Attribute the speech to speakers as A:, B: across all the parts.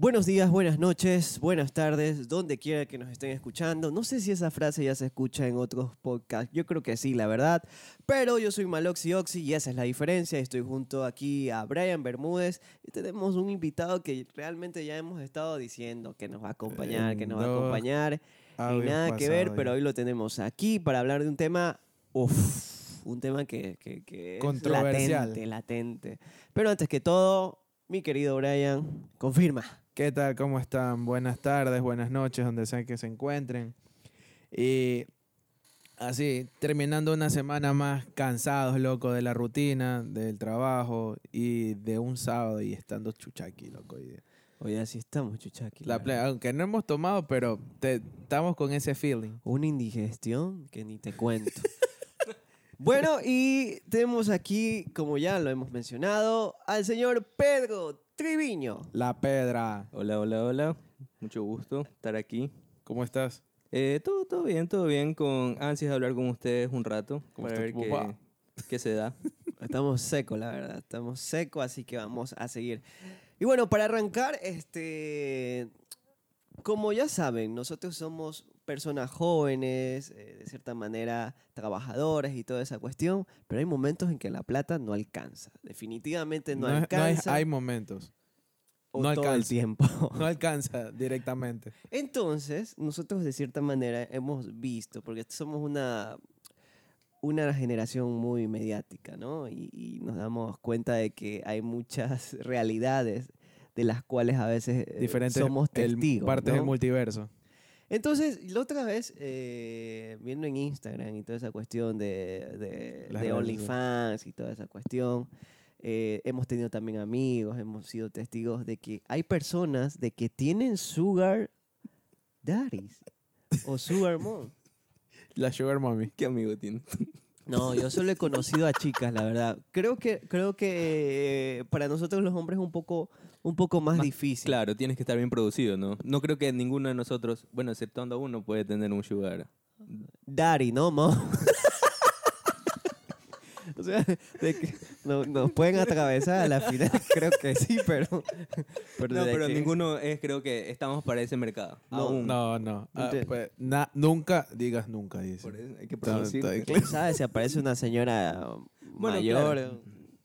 A: Buenos días, buenas noches, buenas tardes, donde quiera que nos estén escuchando. No sé si esa frase ya se escucha en otros podcasts. Yo creo que sí, la verdad. Pero yo soy Maloxi Oxy y esa es la diferencia. Estoy junto aquí a Brian Bermúdez y tenemos un invitado que realmente ya hemos estado diciendo que nos va a acompañar, que nos va a
B: No.
A: acompañar. Y
B: Audios
A: nada que ver,
B: pasados.
A: pero hoy lo tenemos aquí para hablar de un tema. Uf, un tema que, que- que es
B: Controversial.
A: Latente, latente. Pero antes que todo, mi querido Brian, confirma.
B: ¿Qué tal? ¿Cómo están? Buenas tardes, buenas noches, donde sea que se encuentren. Y así, terminando una semana más cansados, loco, de la rutina, del trabajo y de un sábado y estando chuchaqui, loco. hoy día.
A: Oye, así estamos, chuchaqui.
B: La plena, aunque no hemos tomado, pero te- estamos con ese feeling.
A: Una indigestión que ni te cuento. bueno, y tenemos aquí, como ya lo hemos mencionado, al señor Pedro Triviño.
B: La pedra.
C: Hola, hola, hola. Mucho gusto estar aquí.
B: ¿Cómo estás?
C: Eh, todo, todo bien, todo bien. Con ansias de hablar con ustedes un rato
B: ¿Cómo
C: para
B: está
C: ver
B: tu
C: qué,
B: papá?
C: qué se da.
A: Estamos seco, la verdad. Estamos seco, así que vamos a seguir. Y bueno, para arrancar, este, como ya saben, nosotros somos personas jóvenes, eh, de cierta manera trabajadores y toda esa cuestión, pero hay momentos en que la plata no alcanza. Definitivamente Este no,
B: No es- no es-
A: alcanza.
B: hay momentos.
A: o
B: no
A: todo el
B: alcanza.
A: tiempo.
B: No alcanza directamente.
A: Entonces, nosotros de cierta manera hemos visto, porque somos una, una generación muy mediática, ¿no? Y, y nos damos cuenta de que hay muchas realidades de las cuales a veces eh,
B: Diferentes
A: somos
B: el-
A: testigos.
B: partes del
A: ¿no?
B: multiverso.
A: Entonces, la otra vez, eh, viendo en Instagram y toda esa cuestión de, de,
B: Las
A: de
B: redes
A: OnlyFans y toda esa cuestión, eh, hemos tenido también amigos, hemos sido testigos de que hay personas de que tienen sugar daddies o sugar mom.
B: La Sugar Mommy.
C: ¿Qué amigo tiene?
A: No, yo solo he conocido a chicas, la verdad. Creo que, creo que eh, para nosotros los hombres es un poco, un poco más,
C: Más
A: difícil.
C: Claro, tienes que estar bien producido, ¿no? No creo que ninguno de nosotros, bueno, exceptuando a uno, puede tener un sugar.
A: Daddy, ¿no, mom? o sea, de que no- nos pueden atravesar a la final, creo que sí, pero... pero
C: No,
A: de
C: pero
A: que-
C: ninguno es, creo que estamos para ese mercado.
A: No,
C: aún.
B: No, no. Ah,
A: Ente-
B: pues, na- nunca digas nunca, dice.
C: Por eso hay que
B: Está-
C: producir.
B: está
A: ¿Quién sabe si aparece una señora mayor
C: claro.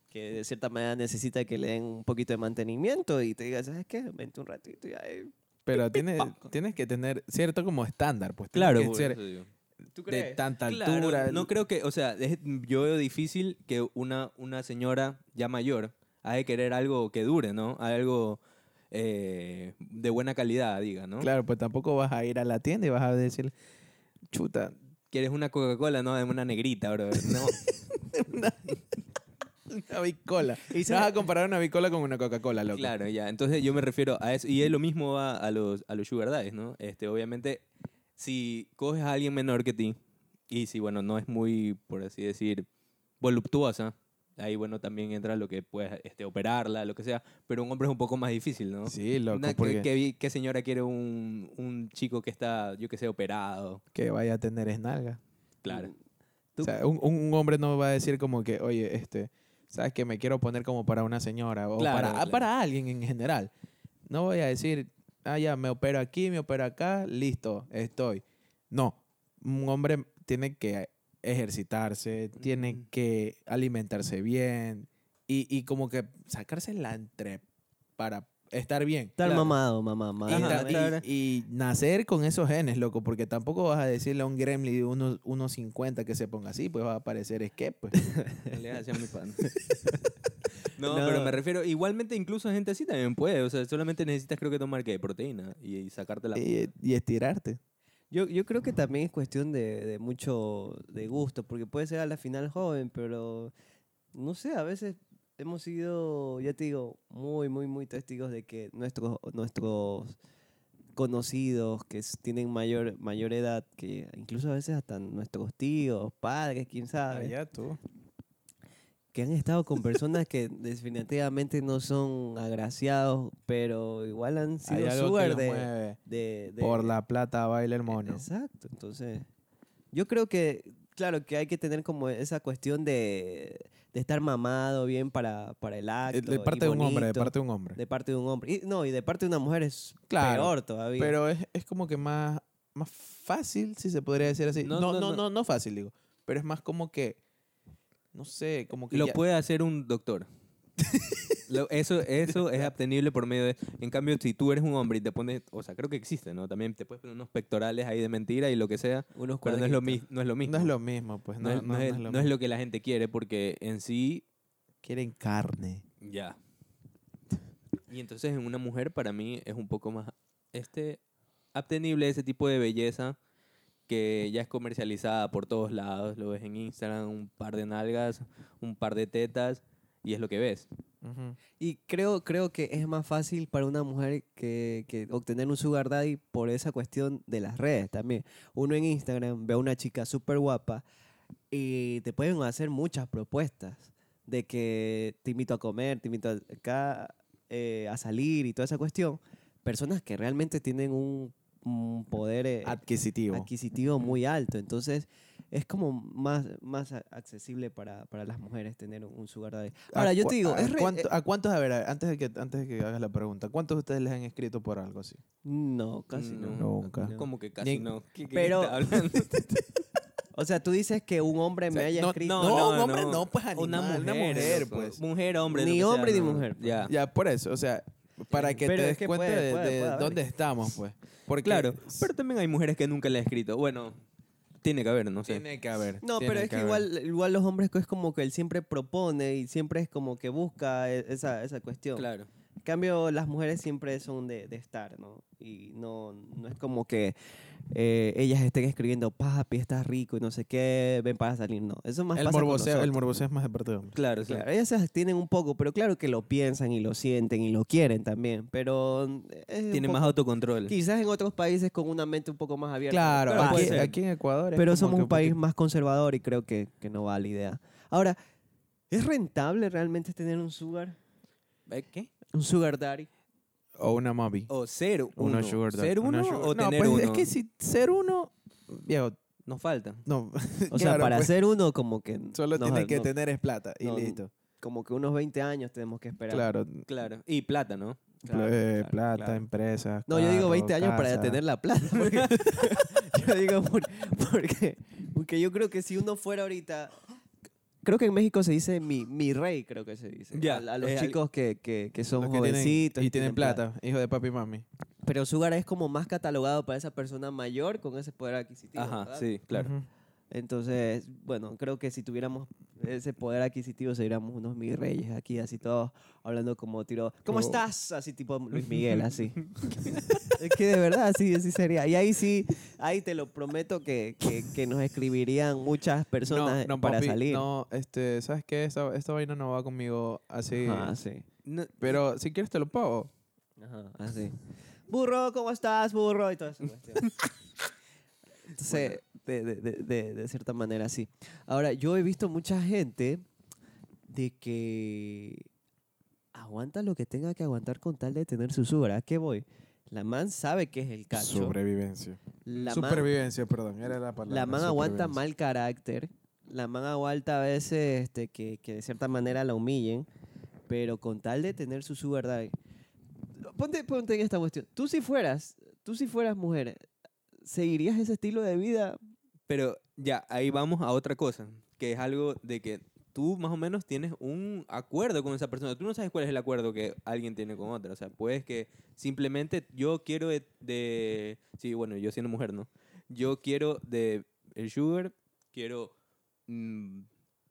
A: que de cierta manera necesita que le den un poquito de mantenimiento y te diga, ¿sabes qué? Vente un ratito y ahí...
B: Pero tiene- tienes que tener cierto como estándar, pues. tiene
C: Claro,
B: que
C: por
B: ser
C: eso digo.
A: ¿Tú
B: de
A: crees?
B: tanta
C: Claro,
B: altura.
C: No creo que, o sea, es- yo veo difícil que una, una señora ya mayor ha de querer algo que dure, ¿no? Algo eh, de buena calidad, diga, ¿no?
B: Claro, pues tampoco vas a ir a la tienda y vas a decir, chuta,
C: Quieres una Coca-Cola, no, de una negrita, bro. No.
B: una bicola.
A: Y
B: Y
A: sabe-
B: vas a comparar una bicola con una Coca-Cola, loco.
C: claro, ya. Entonces yo me refiero a eso. Y es lo mismo va a los, a los sugar daddies, ¿no? Este, obviamente, si coges a alguien menor que ti y si, bueno, no es muy, por así decir, voluptuosa, ahí, bueno, también entra lo que puedes este, operarla, lo que sea. Pero un hombre es un poco más difícil, ¿no?
B: Sí, loco,
C: Una-
B: porque
C: ¿qué, qué vi- qué señora quiere un, un chico que está, yo que sé, operado?
B: que vaya a tener es nalga.
C: Claro.
B: O sea, un, un- un hombre no va a decir como que, oye, este, sabes que me quiero poner como para una señora o
C: Claro,
B: para, ah,
C: claro.
B: para alguien en general. No voy a decir, ah, ya, me opero aquí, me opero acá, listo, estoy. No, un hombre tiene que ejercitarse, tiene
C: Ujú.
B: que alimentarse bien y, y como que sacarse la entre para estar bien.
A: Tal
C: Claro.
A: mamado, mamá, mamá.
B: Y,
C: Ajá,
B: ta- y-
C: claro.
B: y nacer con esos genes, loco, porque tampoco vas a decirle a un gremlin de unos, unos 50 que se ponga así, pues va a parecer es que, pues.
C: Le hacía mi pan. No,
A: No.
C: pero me refiero, igualmente incluso gente así también puede, o sea, solamente necesitas creo que tomar ¿qué? proteína y, y sacarte la...
B: y, y estirarte.
A: Yo, yo creo que también es cuestión de, de mucho de gusto, porque puede ser a la final joven, pero no sé, a veces hemos sido, ya te digo, muy, muy, muy testigos de que nuestros, nuestros conocidos que s- tienen mayor, mayor edad, que incluso a veces hasta nuestros tíos, padres,
B: Ah,
A: quién sabe,
B: tú.
A: que han estado con personas que definitivamente no son agraciados, pero igual han
B: Hay
A: sido
B: algo que
A: sugar
B: los
A: de,
B: mueve.
A: de- de-
B: Por la plata baila el mono.
A: Exacto, entonces yo creo que claro que hay que tener como esa cuestión de, de estar mamado bien para, para el acto.
B: Eh, De
A: y
B: parte de un hombre, de
A: bonito,
B: parte de un hombre.
A: de parte de un hombre. Y, no, y de parte de una mujer es
B: Claro,
A: peor todavía.
B: Pero es, es como que más, más fácil, si se podría decir así. No
C: No,
B: no no,
C: no,
B: no,
C: no.
B: fácil, digo. Pero es más como que, no sé, como que...
C: Lo
B: ya-
C: puede hacer un doctor. Lo- eso eso es obtenible por medio de... En cambio, si tú eres un hombre y te pones... O sea, creo que existe, ¿no? También te puedes poner unos pectorales ahí de mentira y lo que sea.
A: Unos
C: Pero no es, lo
A: cuadritos.
C: mis- no es lo mismo.
B: No es lo mismo, pues.
C: No es- no es- no es lo que la gente quiere porque en sí...
B: Quieren carne.
C: Ya. Y entonces en una mujer para mí es un poco más... Este... Obtenible ese tipo de belleza que ya es comercializada por todos lados. Lo ves en Instagram, un par de nalgas, un par de tetas y es lo que ves.
A: Y creo, creo que es más fácil para una mujer que, que obtener un sugar daddy por esa cuestión de las redes también. Uno en Instagram ve a una chica súper guapa y te pueden hacer muchas propuestas de que te invito a comer, te invito a- acá eh, a salir y toda esa cuestión. Personas que realmente tienen un, un poder eh,
B: Adquisitivo.
A: adquisitivo muy alto. Entonces, es como más, más a- accesible para, para las mujeres tener un sugar daddy.
B: ¿A
A: Ahora, yo
B: cua-
A: te digo,
B: a,
A: es re- eh,
B: cuánto- ¿A cuántos, a ver, a- antes de, que, antes de que hagas la pregunta, ¿cuántos de ustedes les han escrito por algo así?
A: No, casi no.
B: No. Nunca.
A: No.
C: Mm, Como que casi
B: Ni-
C: no. ¿Qué- qué
A: Pero-
C: está hablando? Este
A: O sea, tú dices que un hombre me
C: sea,
A: haya
B: no-
A: escrito.
B: no, un hombre no, pues,
C: una
B: animal,
C: mujer,
B: una mujer,
C: loco.
B: pues.
C: Mujer, hombre.
A: Ni
C: lo que
A: hombre
C: sea,
A: ni
C: ¿no?
A: mujer, pues.
C: Ya.
B: Ya, por eso, o sea, para que te
A: Pero
B: des
A: es que
B: cuenta
A: puede,
B: de,
A: puede,
B: de
A: puede haber.
B: dónde estamos, pues. Porque
C: Claro.
B: s-
C: Pero también hay mujeres que nunca le ha escrito. Bueno, tiene que haber, no sé.
B: tiene que haber.
A: No,
B: tiene
A: pero es que
B: haber.
A: igual, igual los hombres es como que él siempre propone y siempre es como que busca e- esa, esa cuestión.
C: Claro.
A: En cambio, las mujeres siempre son de, de estar, ¿no? Y no, no es como que eh, ellas estén escribiendo, papi, estás rico y no sé qué, ven para salir, no. Eso más
B: El
A: pasa con
B: morboseo, el
A: nosotros.
B: morboseo es más de parte de hombres.
C: Claro, sí.
A: Claro, ellas se abstienen un poco, pero claro que lo piensan y lo sienten y lo quieren también, pero... es un
C: Tiene más
A: poco-
C: autocontrol.
A: Quizás en otros países con una mente un poco más abierta.
B: Claro, ah,
C: Claro,
B: aquí,
C: puede ser.
B: aquí en Ecuador. es
A: Pero
B: como
A: somos
B: que
A: un país
B: poquito-
A: más conservador y creo que, que no va la idea. Ahora, ¿es rentable realmente tener un sugar?
C: ¿Eh, ¿Qué?
A: Un sugar daddy.
B: O una mami.
C: O ser
B: Una
C: uno.
B: sugar daddy.
C: ¿Ser
B: Una
C: uno
B: sugar-
C: o
B: no,
C: tener
B: pues
C: uno?
B: Es que si ser uno, viejo,
C: Nos falta.
B: no.
A: O sea,
B: claro,
A: para
B: pues,
A: ser uno como que...
B: Solo
A: nos-
B: tiene que
A: no,
B: tener es plata y
A: no,
B: listo.
A: Como que unos 20 años tenemos que esperar.
B: Claro,
C: Claro. Y plata, ¿no?
A: Claro,
B: eh,
A: claro,
B: plata,
A: claro.
B: empresas.
A: No, yo digo
B: carro,
A: 20 años para
B: casa.
A: tener la plata. Porque, yo digo por- porque, porque yo creo que si uno fuera ahorita... Creo que en México se dice mi, mi rey, creo que se dice.
C: Ya,
A: a, a los
C: es al-
A: chicos que, que, que son
B: eh, Los que tienen-
A: jovencitos.
B: y tienen plata, hijo de papi y mami.
A: Pero Sugar es como más catalogado para esa persona mayor con ese poder adquisitivo.
C: Ajá,
A: ¿verdad?
C: sí, claro.
B: Ujú.
A: Entonces, bueno, creo que si tuviéramos ese poder adquisitivo seríamos unos mi reyes aquí, así todos hablando como tiro. ¿Cómo
B: Oh.
A: estás? Así tipo Luis Miguel, así. es que de verdad, así, así sería. Y ahí sí, ahí te lo prometo que, que, que nos escribirían muchas personas para
B: papi,
A: salir.
B: No, este, ¿sabes qué? Esta, esta vaina no va conmigo así.
A: Ajá, sí.
C: No-
B: Pero si quieres te lo pago.
A: Ajá, así. Burro, ¿cómo estás, burro? Y toda esa cuestión. Entonces, de, de- de- de- de cierta manera, sí. Ahora, yo he visto mucha gente de que aguanta lo que tenga que aguantar con tal de tener su sugar. ¿A qué voy? La man sabe que es el cacho.
B: Sobrevivencia.
A: la man,
B: Supervivencia, perdón, era la palabra.
A: la man aguanta
B: supervivencia.
A: mal carácter. La man aguanta a veces este, que, que de cierta manera la humillen. Pero con tal de tener su sugar daddy. Ponte, ponte en esta cuestión. Tú si fueras, tú si fueras mujer, ¿seguirías ese estilo de vida?
C: Pero ya, ahí vamos a otra cosa, que es algo de que tú más o menos tienes un acuerdo con esa persona. Tú no sabes cuál es el acuerdo que alguien tiene con otra. O sea, puedes que simplemente yo quiero de... de- sí, bueno, yo siendo mujer, ¿no? Yo quiero de el sugar, quiero mm,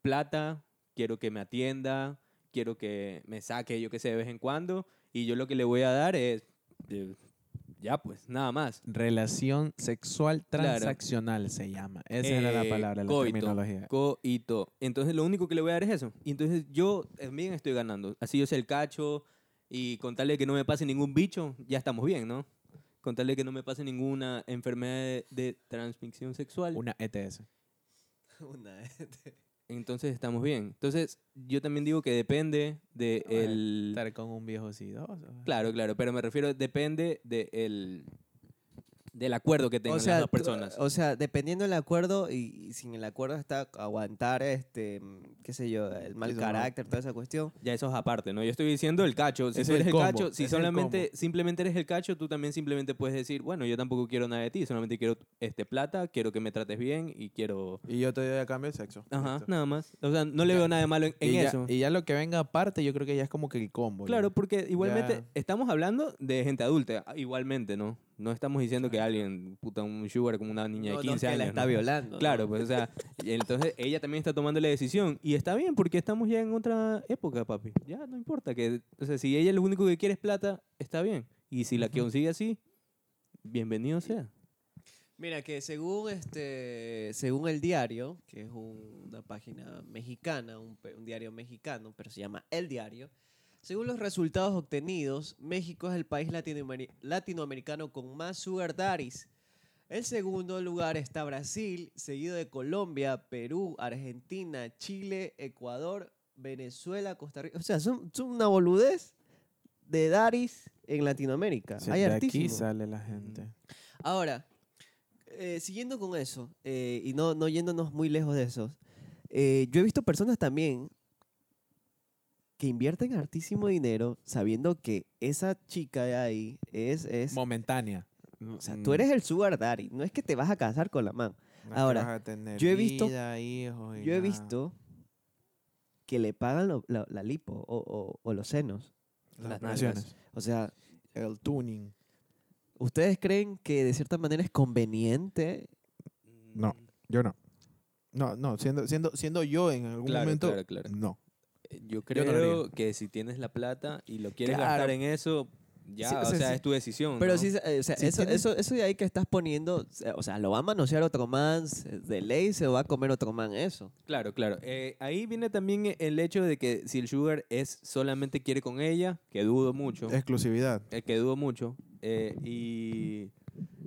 C: plata, quiero que me atienda, quiero que me saque, yo que sé, de vez en cuando. Y yo lo que le voy a dar es... eh, ya, pues, nada más.
B: Relación sexual
C: Claro.
B: transaccional se llama. Esa era la
C: Eh,
B: palabra, la
C: coito,
B: terminología.
C: Coito. Entonces lo único que le voy a dar es eso. Y entonces yo también estoy ganando. Así yo sé el cacho y con tal de que no me pase ningún bicho, ya estamos bien, ¿no? Con tal de que no me pase ninguna enfermedad de, de transmisión sexual,
B: Una E ETS.
C: entonces estamos bien. Entonces yo también digo que depende de
B: Bueno,
C: el...
B: Estar con un viejo sidoso.
C: Claro, claro, pero me refiero, depende de el... del acuerdo que tengan
A: o sea,
C: las dos
A: tú-
C: personas.
A: O sea, dependiendo del acuerdo y, y sin el acuerdo hasta aguantar este, mm, qué sé yo, el mal
B: Eso no.
A: carácter, toda esa cuestión.
C: Ya eso es aparte, ¿no? Yo estoy diciendo el cacho. Si
B: Es
C: tú eres
B: el
C: el,
B: combo,
C: cacho, si
B: es el
C: solamente, simplemente eres el cacho, tú también simplemente puedes decir, bueno, yo tampoco quiero nada de ti, solamente quiero este plata, quiero que me trates bien y quiero...
D: Y yo te doy a cambio el sexo.
C: Ajá,
D: Listo.
C: nada más. O sea, no le veo nada de malo en, en
B: y, ya,
C: eso.
B: y ya lo que venga aparte, yo creo que ya es como que el combo. ya.
C: Claro, porque igualmente
B: Ya.
C: estamos hablando de gente adulta, ah, igualmente, ¿no? No estamos diciendo que alguien, puta, un sugar como una niña
A: No,
C: de
A: no,
C: 15
A: que
C: años.
A: la está
C: ¿no?
A: violando. ¿no?
C: Claro, pues, o sea, y entonces ella también está tomando la decisión. Y está bien, porque estamos ya en otra época, papi. Ya no importa. que O sea, si ella lo único que quiere es plata, está bien. Y si la que consigue así, bienvenido sea.
A: Mira, que según este, según el diario, que es un- una página mexicana, un, pe- un diario mexicano, pero se llama El Diario, según los resultados obtenidos, México es el país latinoameri- latinoamericano con más sugar daddies. El segundo lugar está Brasil, seguido de Colombia, Perú, Argentina, Chile, Ecuador, Venezuela, Costa Rica. O sea, son, son una boludez de daddies en Latinoamérica.
B: Sí,
A: Hay
B: de aquí
A: artísimos.
B: sale la gente.
C: Mm.
A: Ahora, eh, siguiendo con eso, eh, y no, no yéndonos muy lejos de eso, eh, yo he visto personas también que invierten hartísimo dinero sabiendo que esa chica de ahí es... es
B: Momentánea.
A: o sea, tú eres el sugar daddy, no es que te vas a casar con la man.
B: No es que
A: ahora,
B: vas a tener
A: yo he visto-
B: vida, hijos y
A: Yo he
B: nada.
A: visto que le pagan lo- la, la lipo o, o- o los senos.
B: las
A: nalgas.
B: operaciones,
A: O sea,
B: el tuning.
A: ¿ustedes creen que de cierta manera es conveniente?
B: No. Yo no. No, no, siendo, siendo, siendo yo en algún
C: Claro,
B: momento.
C: claro, claro.
B: No.
C: Eh, Yo
B: Yo
C: creo
B: no lo haría.
C: que si tienes la plata y lo quieres
B: Claro.
C: gastar en eso, ya,
B: Sí, o
C: o
B: sea,
C: sea,
B: sí.
C: es tu decisión.
A: Pero
C: ¿no?
A: sí, eh, o sea,
B: Sí,
A: eso,
B: tiene-
A: eso, eso de ahí que estás poniendo, eh, o sea, lo va a manosear otro man, se- de ley se va a comer otro man eso.
C: Claro, claro. Eh, ahí viene también e- el hecho de que si el sugar es solamente quiere con ella, que dudo mucho,
D: Exclusividad.
C: eh, que dudo mucho, eh, y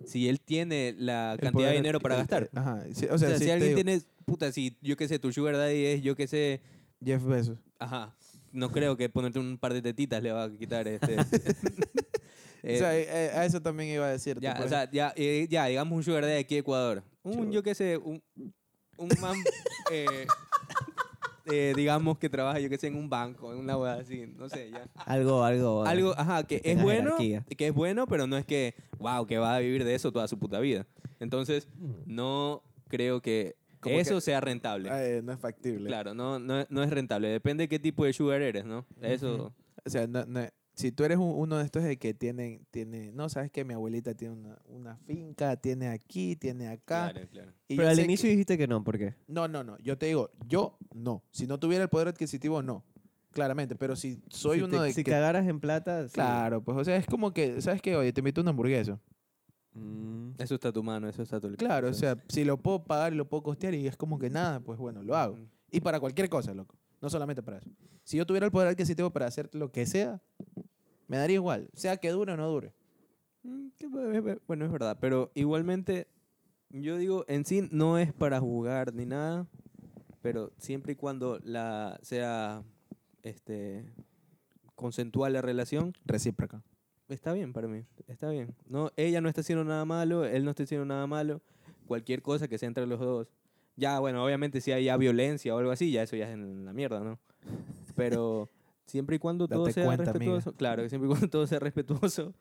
C: si él tiene la
B: El
C: cantidad de
B: poder-
C: dinero para
B: el-
C: gastar.
B: el- Ajá. sí, o
C: O
B: sea,
C: sea,
B: sí
C: si
B: te
C: alguien
B: digo,
C: tiene, puta, si yo qué sé, tu sugar daddy es, yo qué sé,
B: Jeff Bezos.
C: ajá, no creo que ponerte un par de tetitas le va a quitar este. Eh,
B: o sea, eh, eh, a eso también iba a decir.
C: ya, o sea, ya, eh, ya, digamos un sugar daddy aquí de Ecuador. Un, yo qué sé, un, un man, eh, eh, digamos que trabaja, yo qué sé, en un banco, en una hueá así, no sé, ya.
A: Algo, algo.
C: Algo, ajá, que es
A: tenga
C: bueno,
A: jerarquía.
C: que es bueno, pero no es que, wow, que va a vivir de eso toda su puta vida. Entonces, no creo que
B: Como
C: eso
B: que-
C: sea rentable.
B: Ah, eh, no es factible.
C: Claro, no, no, no es rentable. Depende de qué tipo de sugar eres, ¿no? Eso.
B: O sea, no- no- si tú eres un- uno de estos de que tienen, tiene, no, sabes que mi abuelita tiene una, una finca, tiene aquí, tiene acá.
C: Claro, claro.
B: y
A: Pero
B: yo
A: al
B: sé que-
A: inicio dijiste que no, ¿por qué?
B: No, no, no. Yo te digo, yo no. Si no tuviera el poder adquisitivo, no. Claramente. Pero si soy
A: si
B: uno
A: te-
B: de
A: si
B: que-
A: cagaras en plata, sí.
B: Claro, pues, o sea, es como que, ¿sabes qué? Oye, te invito a una hamburguesa.
A: Mm.
C: Eso está tu mano, eso está tu
B: Claro, o sea, si lo puedo pagar y lo puedo costear y es como que nada, pues bueno, lo hago.
C: Ujú.
B: Y para cualquier cosa, loco. No solamente para eso. Si yo tuviera el poder adquisitivo para hacer lo que sea, me daría igual. Sea que dure o no dure.
C: Mm, que puede- puede- Bueno, es verdad, pero igualmente, yo digo, en sí no es para jugar ni nada, pero siempre y cuando la sea este consensual la relación,
B: Recíproca.
C: está bien para mí, está bien. No, ella no está haciendo nada malo, él no está haciendo nada malo, cualquier cosa que sea entre los dos. Ya, bueno, obviamente si hay ya violencia o algo así, ya eso ya es en la mierda, ¿no? Pero siempre y cuando todo
B: Date
C: sea
B: cuenta, amiga.
C: respetuoso, claro, siempre y cuando todo sea respetuoso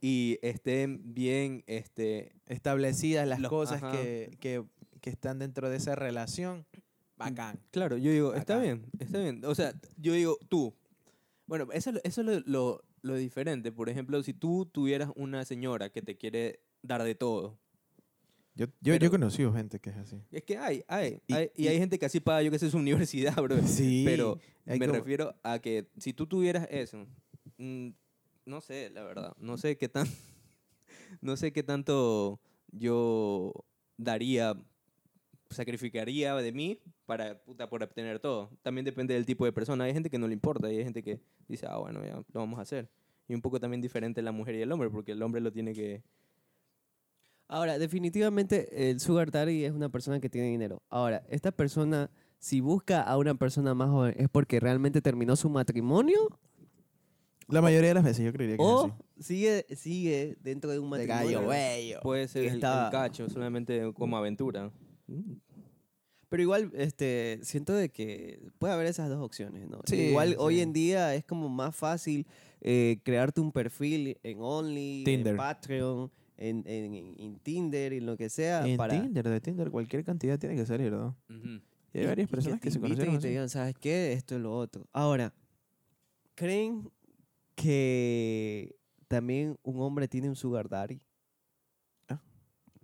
C: y estén bien, este,
B: Establecidas las
C: Los-
B: cosas
C: ajá.
B: que, que, que están dentro de esa relación. Bacán.
C: Claro, yo digo, está
B: Acá.
C: bien, está bien. O sea, yo digo, tú. Bueno, eso, es lo- eso es lo, lo- lo diferente. Por ejemplo, si tú tuvieras una señora que te quiere dar de todo.
D: Yo,
C: yo he Pero-
D: conocido gente que es así.
C: Es que hay, hay.
B: Y-
C: hay- y,
B: y-
C: hay gente que así paga, yo que sé, su universidad, bro.
B: Sí.
C: Pero
B: hay
C: me
B: como-
C: refiero a que si tú tuvieras eso, mm, no sé, la verdad, no sé qué tan, no sé qué tanto yo daría, sacrificaría de mí para, puta, por obtener todo. También depende del tipo de persona. Hay gente que no le importa y hay gente que dice, ah, bueno, ya lo vamos a hacer. Y un poco también diferente la mujer y el hombre, porque el hombre lo tiene que...
A: Ahora, definitivamente el sugar daddy es una persona que tiene dinero. Ahora, esta persona, si busca a una persona más joven, ¿es porque realmente terminó su matrimonio?
B: La mayoría de las veces yo creería que
C: Oh,
B: es
A: O
B: así.
A: sigue, sigue dentro de un
E: De gallo
A: matrimonio.
E: bello.
C: Puede ser el, el
A: Estaba-
C: cacho, solamente como aventura.
A: Pero igual, este, siento de que puede haber esas dos opciones, ¿no?
E: Sí,
A: igual
E: sí.
A: hoy en día es como más fácil eh, crearte un perfil en Only,
E: Tinder.
A: en Patreon, en, en- en- en Tinder, en lo que
C: ah,
A: sea.
B: En
A: para
B: Tinder, de Tinder, cualquier cantidad tiene que salir, ¿no?
C: Ujú.
B: Y hay
A: y-
B: varias
A: y
B: personas que,
A: te
B: se
A: inviten
B: conocieron
A: Y te
B: así.
A: digan, ¿sabes qué? Esto es lo otro. Ahora, ¿creen que también un hombre tiene un sugar daddy?
B: Ah.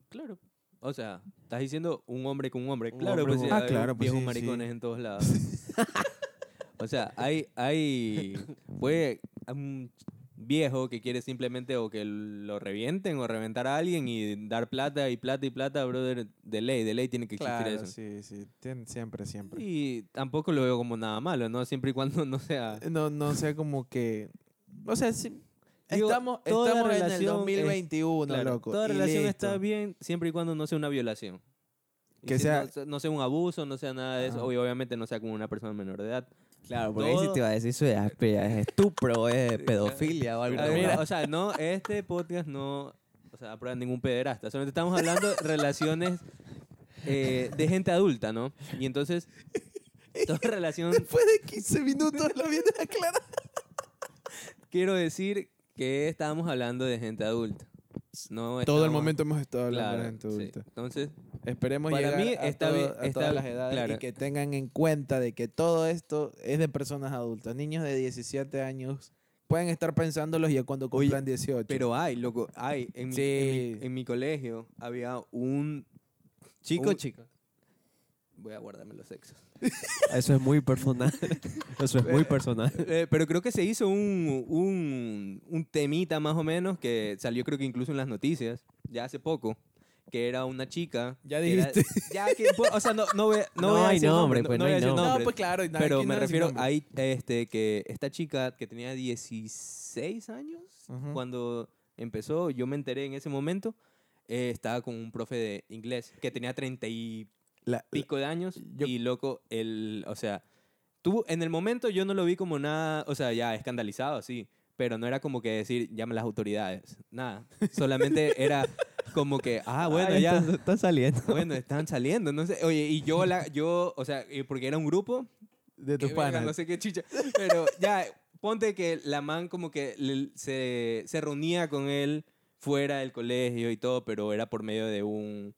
C: Claro. O sea, estás diciendo un hombre con un hombre.
A: Un
C: claro,
A: hombre
C: pues,
A: con-
C: sí,
B: Ah,
C: hay
B: claro, pues,
C: viejos
B: sí, sí.
C: maricones en todos lados. o sea, hay, hay, puede, hay un viejo que quiere simplemente o que lo revienten o reventar a alguien y dar plata y plata y plata, brother, de ley, de ley tiene que existir
B: Claro,
C: eso.
B: sí, sí. tien- siempre, siempre.
C: Y tampoco lo veo como nada malo, ¿no? Siempre y cuando no sea...
B: No, no sea como que... O sea, sí,
C: Digo,
E: estamos
C: toda
E: estamos en el
C: relación es-
E: 2021,
C: Claro,
E: loco.
C: Toda
E: y
C: relación
E: listo.
C: está bien siempre y cuando no sea una violación. Y
B: Que
C: si
B: sea-
C: no se- No, sea un abuso, no sea nada de eso.
B: Ajá.
C: o- y obviamente no sea con una persona menor de edad.
A: Claro,
C: porque ahí sí te
A: iba a decir, eso es, estupro, es
C: pedofilia
A: o
C: A ver, Ah, o sea, no, este podcast no o sea, aprueba ningún pederasta. Solamente estamos hablando de relaciones eh, de gente adulta, ¿no? Y entonces, toda relación,
E: Después de 15 minutos la vida clara.
C: quiero decir que estábamos hablando de gente adulta. No
E: Todo el
C: estamos-
E: momento hemos estado hablando
C: Claro,
E: de gente
C: sí.
E: adulta.
C: Entonces,
E: Esperemos
C: Para
E: llegar
C: mí
E: a,
C: está bien-
E: todo- a
C: está-
E: todas las edades y
C: claro.
E: que tengan en cuenta de que todo esto es de personas adultas. Niños de 17 años pueden estar pensándolos ya cuando
C: Oye,
E: cumplan 18.
C: Pero hay, loco, hay. En, mi, en, mi-
E: Sí.
C: en mi colegio había un...
A: Chico,
C: un-
A: chica.
C: Voy a guardarme los sexos.
A: Eso es muy personal. Eso es muy personal.
C: Eh, pero creo que se hizo un, un, un temita más o menos que salió creo que incluso en las noticias, ya hace poco, que era una chica.
E: Ya
C: que era-
E: dijiste.
C: ya que, o sea, no, no voy, a- no
A: No
C: voy a
A: hay
C: decir
A: nombre, pues, no
C: voy a
A: hay
C: decir
A: nombre.
E: no,
C: nombres.
E: pues claro. y nada,
C: Pero
E: aquí
C: me
E: nada sin
C: refiero
E: nombre.
C: a este, que esta chica que tenía 16 años,
B: Ujú.
C: cuando empezó, yo me enteré en ese momento, eh, estaba con un profe de inglés que tenía 30 y
B: la- la-
C: pico de años
B: yo-
C: y loco, el, o sea, tuvo, en el momento yo no lo vi como nada, o sea, ya escandalizado, sí, pero no era como que decir, llame a las autoridades, nada, solamente era como que, ah, bueno,
A: Ay,
C: ya,
A: Está, está saliendo.
C: bueno, están saliendo, no sé, oye, y yo, la, yo, o sea, eh, porque era un grupo,
B: de tus
C: que verga,
B: panas.
C: No sé qué chicha. Pero ya, ponte que la man como que le- se, se reunía con él fuera del colegio y todo, pero era por medio de un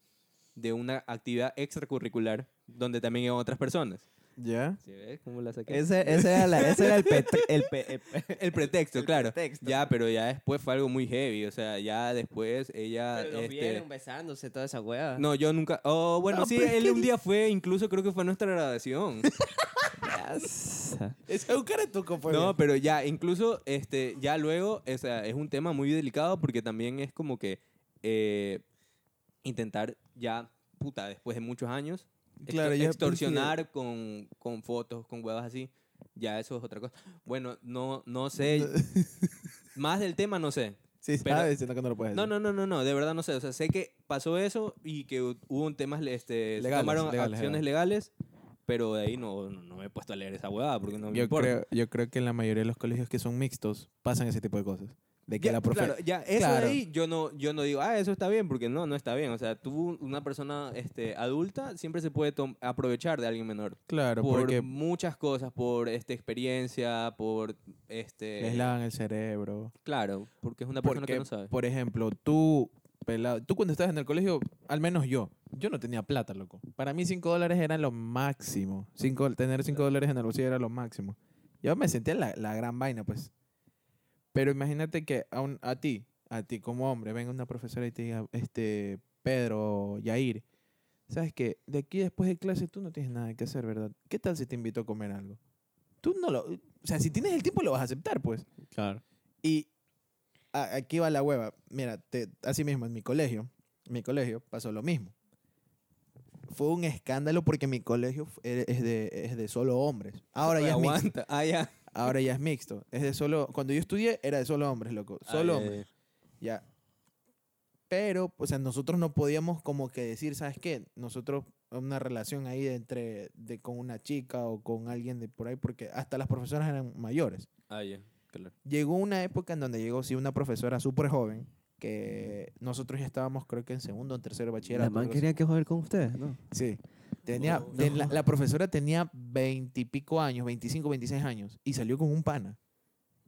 C: de una actividad extracurricular donde también iban otras personas.
B: ¿Ya?
C: ¿Sí ves cómo la saqué?
A: Ese, ese era, la- ese era el, pet- el pe- el pe-
C: el pretexto, claro.
A: pretexto.
C: Ya, pero ya después fue algo muy heavy. O sea, ya después ella...
A: Pero los
C: este,
A: vieron besándose toda esa hueá.
C: no, yo nunca... Oh, bueno,
E: No,
C: sí,
E: pero es
C: él
E: que-
C: un día fue, incluso creo que fue a nuestra graduación.
E: Ese es un caratuco, fue
C: No,
E: bien.
C: pero ya, incluso, este, ya luego, o sea, es un tema muy delicado porque también es como que eh, intentar ya, puta, después de muchos años, ex-
B: Claro, ya es brígido.
C: extorsionar con, con fotos, con huevas así, ya eso es otra cosa. Bueno, no, no sé, más del tema no sé.
B: Sí,
C: Pero-
B: estaba diciendo que no lo puedes
C: No,
B: decir.
C: no, no, no, no, de verdad no sé. O sea, sé que pasó eso y que hu- hubo un tema, este, se
B: Legales,
C: tomaron
B: legales,
C: acciones legales, pero de ahí no, no, no me he puesto a leer esa huevada porque no me
B: Yo
C: importa.
B: creo, yo creo que en la mayoría de los colegios que son mixtos pasan ese tipo de cosas. De que
C: Ya,
B: la profe...
C: Claro, ya, eso
B: Claro.
C: de ahí yo no, yo no digo, ah, eso está bien, porque no, no está bien. O sea, tú, una persona este, adulta, siempre se puede tom- aprovechar de alguien menor.
B: Claro,
C: por
B: porque
C: muchas cosas, por este, experiencia, por... Este,
B: les lavan el cerebro.
C: Claro, porque es una persona
B: Porque,
C: que no sabe.
B: por ejemplo, tú, pelado, tú cuando estabas en el colegio, al menos yo, yo no tenía plata, loco. Para mí 5 dólares era lo máximo. Cinco, tener 5 dólares en el bolsillo era lo máximo. Yo me sentía la, la gran vaina, pues. Pero imagínate que a, un- a ti, a ti como hombre, venga una profesora y te diga, este, Pedro, Yair, sabes que de aquí después de clase tú no tienes nada que hacer, ¿verdad? ¿Qué tal si te invito a comer algo? Tú no lo... O sea, si tienes el tiempo lo vas a aceptar, pues.
A: Claro.
B: Y a- aquí va la hueva. Mira, te- así mismo en mi colegio, en mi colegio pasó lo mismo. Fue un escándalo porque mi colegio fu- e- es de, es de solo hombres. Ahora ya es mixto.
C: aguanta. Ah, ya.
B: Ahora ya es mixto. Es de solo. Cuando yo estudié era de solo hombres, loco.
C: Ah,
B: Solo
C: ya, ya,
B: hombres. Ya. Pero, o sea, nosotros no podíamos como que decir, ¿sabes qué? Nosotros una relación ahí de entre de con una chica o con alguien de por ahí porque hasta las profesoras eran mayores.
C: Ah, ya. Claro.
B: Llegó una época en donde llegó, sí, una profesora súper joven, que nosotros ya estábamos, creo que en segundo o en tercero de
A: La
B: bachillerato.
A: man
B: algo
A: quería que joder con ustedes, ¿no?
B: Sí. Tenía,
A: Wow.
B: ten- la,
A: No.
B: la profesora tenía veintipico años, 25, 26 años, y salió con un pana.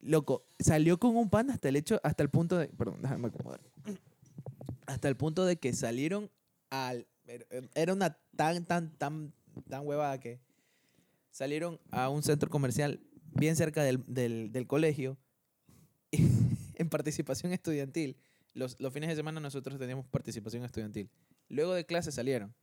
B: Loco, salió con un pana hasta el hecho, hasta el punto de. Perdón, déjame acomodar. Hasta el punto de que salieron al. era- Era una tan, tan, tan, tan huevada que. Salieron a un centro comercial bien cerca del, del- del colegio en participación estudiantil. Los, los fines de semana nosotros teníamos participación estudiantil. Luego de clase salieron.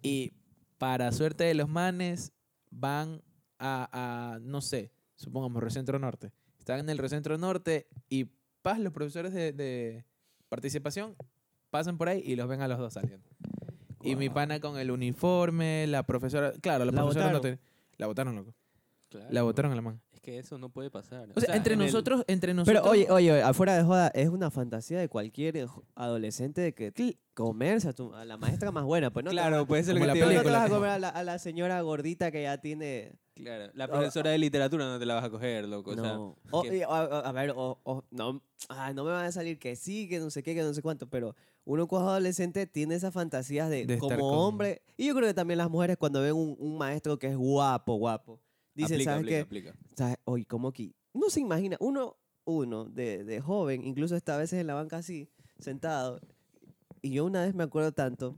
B: Y para suerte de los manes, van a, a, no sé, supongamos, Recentro Norte. Están en el Recentro Norte y pas, los profesores de, de participación pasan por ahí y los ven a los dos saliendo. Y mi pana con el uniforme, la profesora. Claro, la,
A: La
B: profesora no
A: botaron.
B: ten- La votaron, loco.
C: Claro.
B: La votaron a la man.
C: Es que eso no puede pasar.
B: O sea, entre
C: en el-
B: nosotros, entre nosotros.
A: Pero oye, oye, oye, afuera de joda, es una fantasía de cualquier eh, jo- adolescente de que cl- comerse a, tu- a la maestra más buena, pues no. te-
C: Claro, pues eso es
B: Como
C: lo
B: la
C: que te
A: no
C: digo.
A: te
B: película.
A: vas a comer a la, a la señora gordita que ya tiene.
C: Claro, la profesora de literatura no te la vas a coger, loco. o sea,
A: no. O-
C: que-
A: y- o- a, a ver, o, o- no, ah, no me van a salir que sí, que no sé qué, que no sé cuánto, pero uno cuando es adolescente tiene esas fantasías de,
B: De estar
A: como
B: con-
A: hombre. Y yo creo que también las mujeres cuando ven un, un maestro que es guapo, guapo, dicen,
C: aplica,
A: ¿sabes
C: aplica,
A: qué?
C: aplica.
A: ¿sabes? Oye, como que no se imagina, uno, uno de, de joven, incluso está a veces en la banca así, sentado, y yo una vez me acuerdo tanto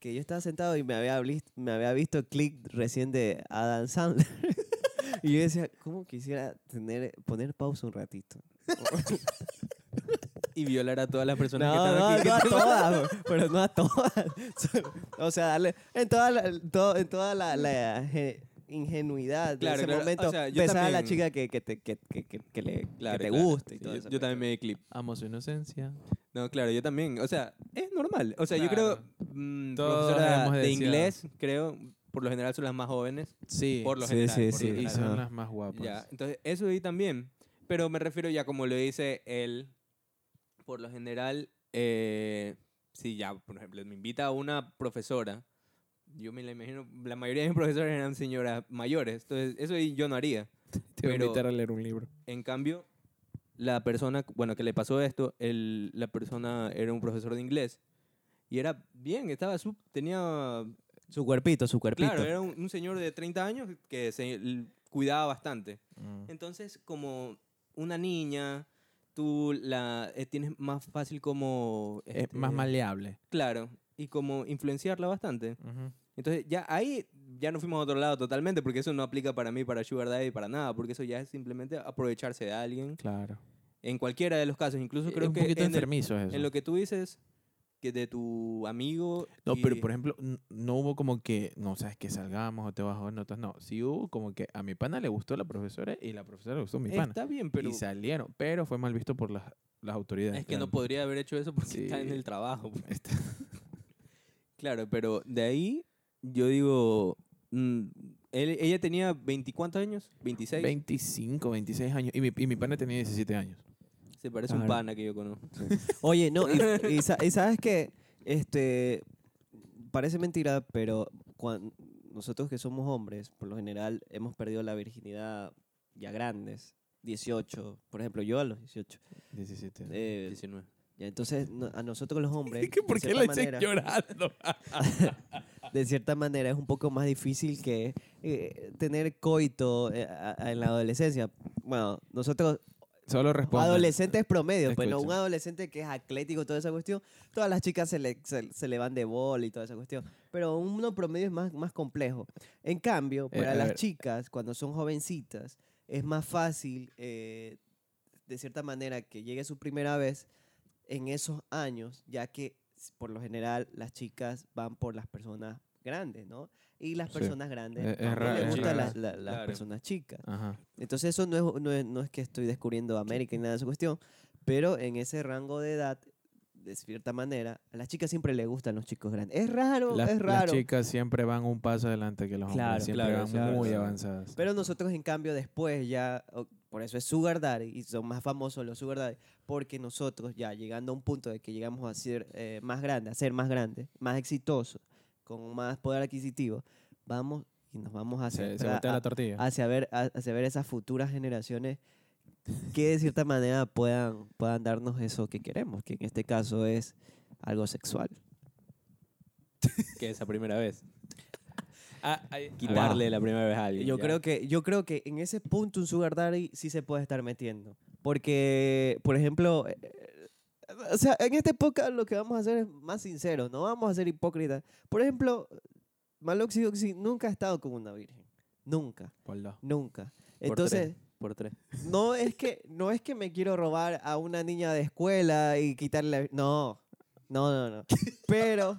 A: que yo estaba sentado y me había, blis- me había visto click recién de Adam Sandler. y yo decía, ¿cómo quisiera tener, poner pausa un ratito?
C: Y violar a todas las
A: No,
C: personas que están
A: no,
C: aquí.
A: no a todas, güey, pero no a todas. Solo- o sea, darle en toda la, en todo- en toda la, la ge- ingenuidad de
C: Claro,
A: ese
C: claro, o
A: momento,
C: sea, yo
A: besar a la
C: también-
A: chica que, que te, que, que, que- que le, que
C: Claro,
A: te
C: claro.
A: guste y
C: Sí,
A: todo
C: yo,
A: eso,
C: yo
A: pero-
C: también me di clip.
B: Amo su inocencia.
C: No, claro, yo también. O sea, es normal. O sea,
B: Claro.
C: yo creo. mm,
B: Todos
C: profesora
B: hemos
C: de
B: deseado.
C: inglés, creo, por lo general son las más jóvenes.
B: Sí.
C: Por lo
A: Sí,
C: general.
A: sí,
C: por lo
A: sí.
B: y
C: general.
A: Ajá.
B: son las más guapas.
C: Ya, entonces eso ahí también. Pero me refiero ya como lo dice él, por lo general, eh, si ya, por ejemplo, me invita a una profesora, yo me la imagino, la mayoría de mis profesores eran señoras mayores, entonces eso ahí yo no haría.
B: Te voy a
C: Pero-
B: invitar a leer un libro.
C: En cambio, la persona, bueno, que le pasó esto, el, la persona era un profesor de inglés y era bien, estaba, su- tenía
A: Su cuerpito, su cuerpito.
C: Claro, era un, un señor de 30 años que se l- cuidaba bastante. Entonces, como una niña, tú la eh, tienes más fácil como...
B: Es
C: este,
B: más maleable.
C: Claro, y como influenciarla bastante. Entonces, ya ahí ya no fuimos a otro lado totalmente, porque eso no aplica para mí, para Sugar Daddy, para nada, porque eso ya es simplemente aprovecharse de alguien.
B: Claro.
C: En cualquiera de los casos, incluso
B: Yo
C: creo
B: creo Eh, un
C: que
B: poquito
C: en, el-
B: enfermizo es eso.
C: en lo que tú dices, que de tu amigo...
B: No, pero
C: y-
B: por ejemplo, n- no hubo como que, no sabes que salgamos o te bajo notas. No, sí hubo como que a mi pana le gustó la profesora y la profesora le gustó a mi pana.
C: Está bien, pero...
B: Y salieron, pero fue mal visto por las, las autoridades.
C: Es que no
B: claro.
C: podría haber hecho eso porque está en
B: Sí.
C: el trabajo. pues. Claro, pero de ahí yo digo, mm, él- ella tenía 20 cuántos años, 26.
B: 25, 26 años. Y mi, y mi pana tenía 17 años.
C: Se parece un
A: Claro.
C: pana que yo conozco.
A: Oye, no, y, y sa- y sabes que, este, parece mentira, pero cuan- nosotros que somos hombres, por lo general, hemos perdido la virginidad ya grandes. 18, por ejemplo, yo a los 18.
B: 17.
A: eh,
C: 19.
A: ya, entonces, no- a nosotros los hombres,
B: ¿Qué- ¿Por
A: de
B: qué
A: cierta
B: la hice
A: manera,
B: llorando?
A: de cierta manera es un poco más difícil que eh, tener coito eh, a- a- en la adolescencia. Bueno, nosotros
B: Solo respondo.
A: Adolescentes promedio, pues no, un
B: Escucha.
A: adolescente que es atlético, toda esa cuestión, todas las chicas se le, se, se le van de bola y toda esa cuestión, pero uno promedio es más, más complejo. En cambio,
B: Eh,
A: para
B: a
A: las
B: ver.
A: chicas, cuando son jovencitas, es más fácil, eh, de cierta manera, que llegue su primera vez en esos años, ya que s- por lo general las chicas van por las personas grandes, ¿no? Y las
B: Sí.
A: personas grandes
B: Es- es
A: también
B: raro,
A: les
B: es
A: gustan
B: raro.
A: las- la- las
C: Claro.
A: personas chicas.
B: Ajá.
A: Entonces eso no es, no es, no es que estoy descubriendo América ni nada de esa cuestión, pero en ese rango de edad, de cierta manera, a las chicas siempre le gustan los chicos grandes. Es raro,
B: Las,
A: es
B: las
A: raro.
B: chicas siempre van un paso adelante que los
A: Claro,
B: hombres. Siempre
C: claro,
B: van
C: claro,
B: muy
C: claro.
B: avanzadas.
A: Pero nosotros en cambio después ya, o- por eso es Sugar Daddy, y son más famosos los Sugar Daddy, porque nosotros ya llegando a un punto de que llegamos a ser eh, más grandes, a ser más grandes, más exitosos, con más poder adquisitivo, vamos y nos vamos a
B: se,
A: hacer
B: se voltea
A: a-
B: la tortilla.
A: hacia ver, a- hacia ver esas futuras generaciones que de cierta manera puedan, puedan darnos eso que queremos, que en este caso es algo sexual.
C: que esa primera vez.
B: Ah,
C: Quitarle la primera vez a alguien.
A: Yo
C: ya.
A: creo, que, yo creo que en ese punto un sugar daddy sí se puede estar metiendo. Porque, por ejemplo, eh, o sea, en esta época lo que vamos a hacer es más sinceros, no vamos a ser hipócritas. Por ejemplo, Maloxi Oxy nunca ha estado con una virgen. Nunca,
C: Por dos.
A: nunca.
C: Por
A: Entonces,
C: tres, Por tres.
A: no es, que, no es que me quiero robar a una niña de escuela y quitarle... la- No, no, no, no. Pero,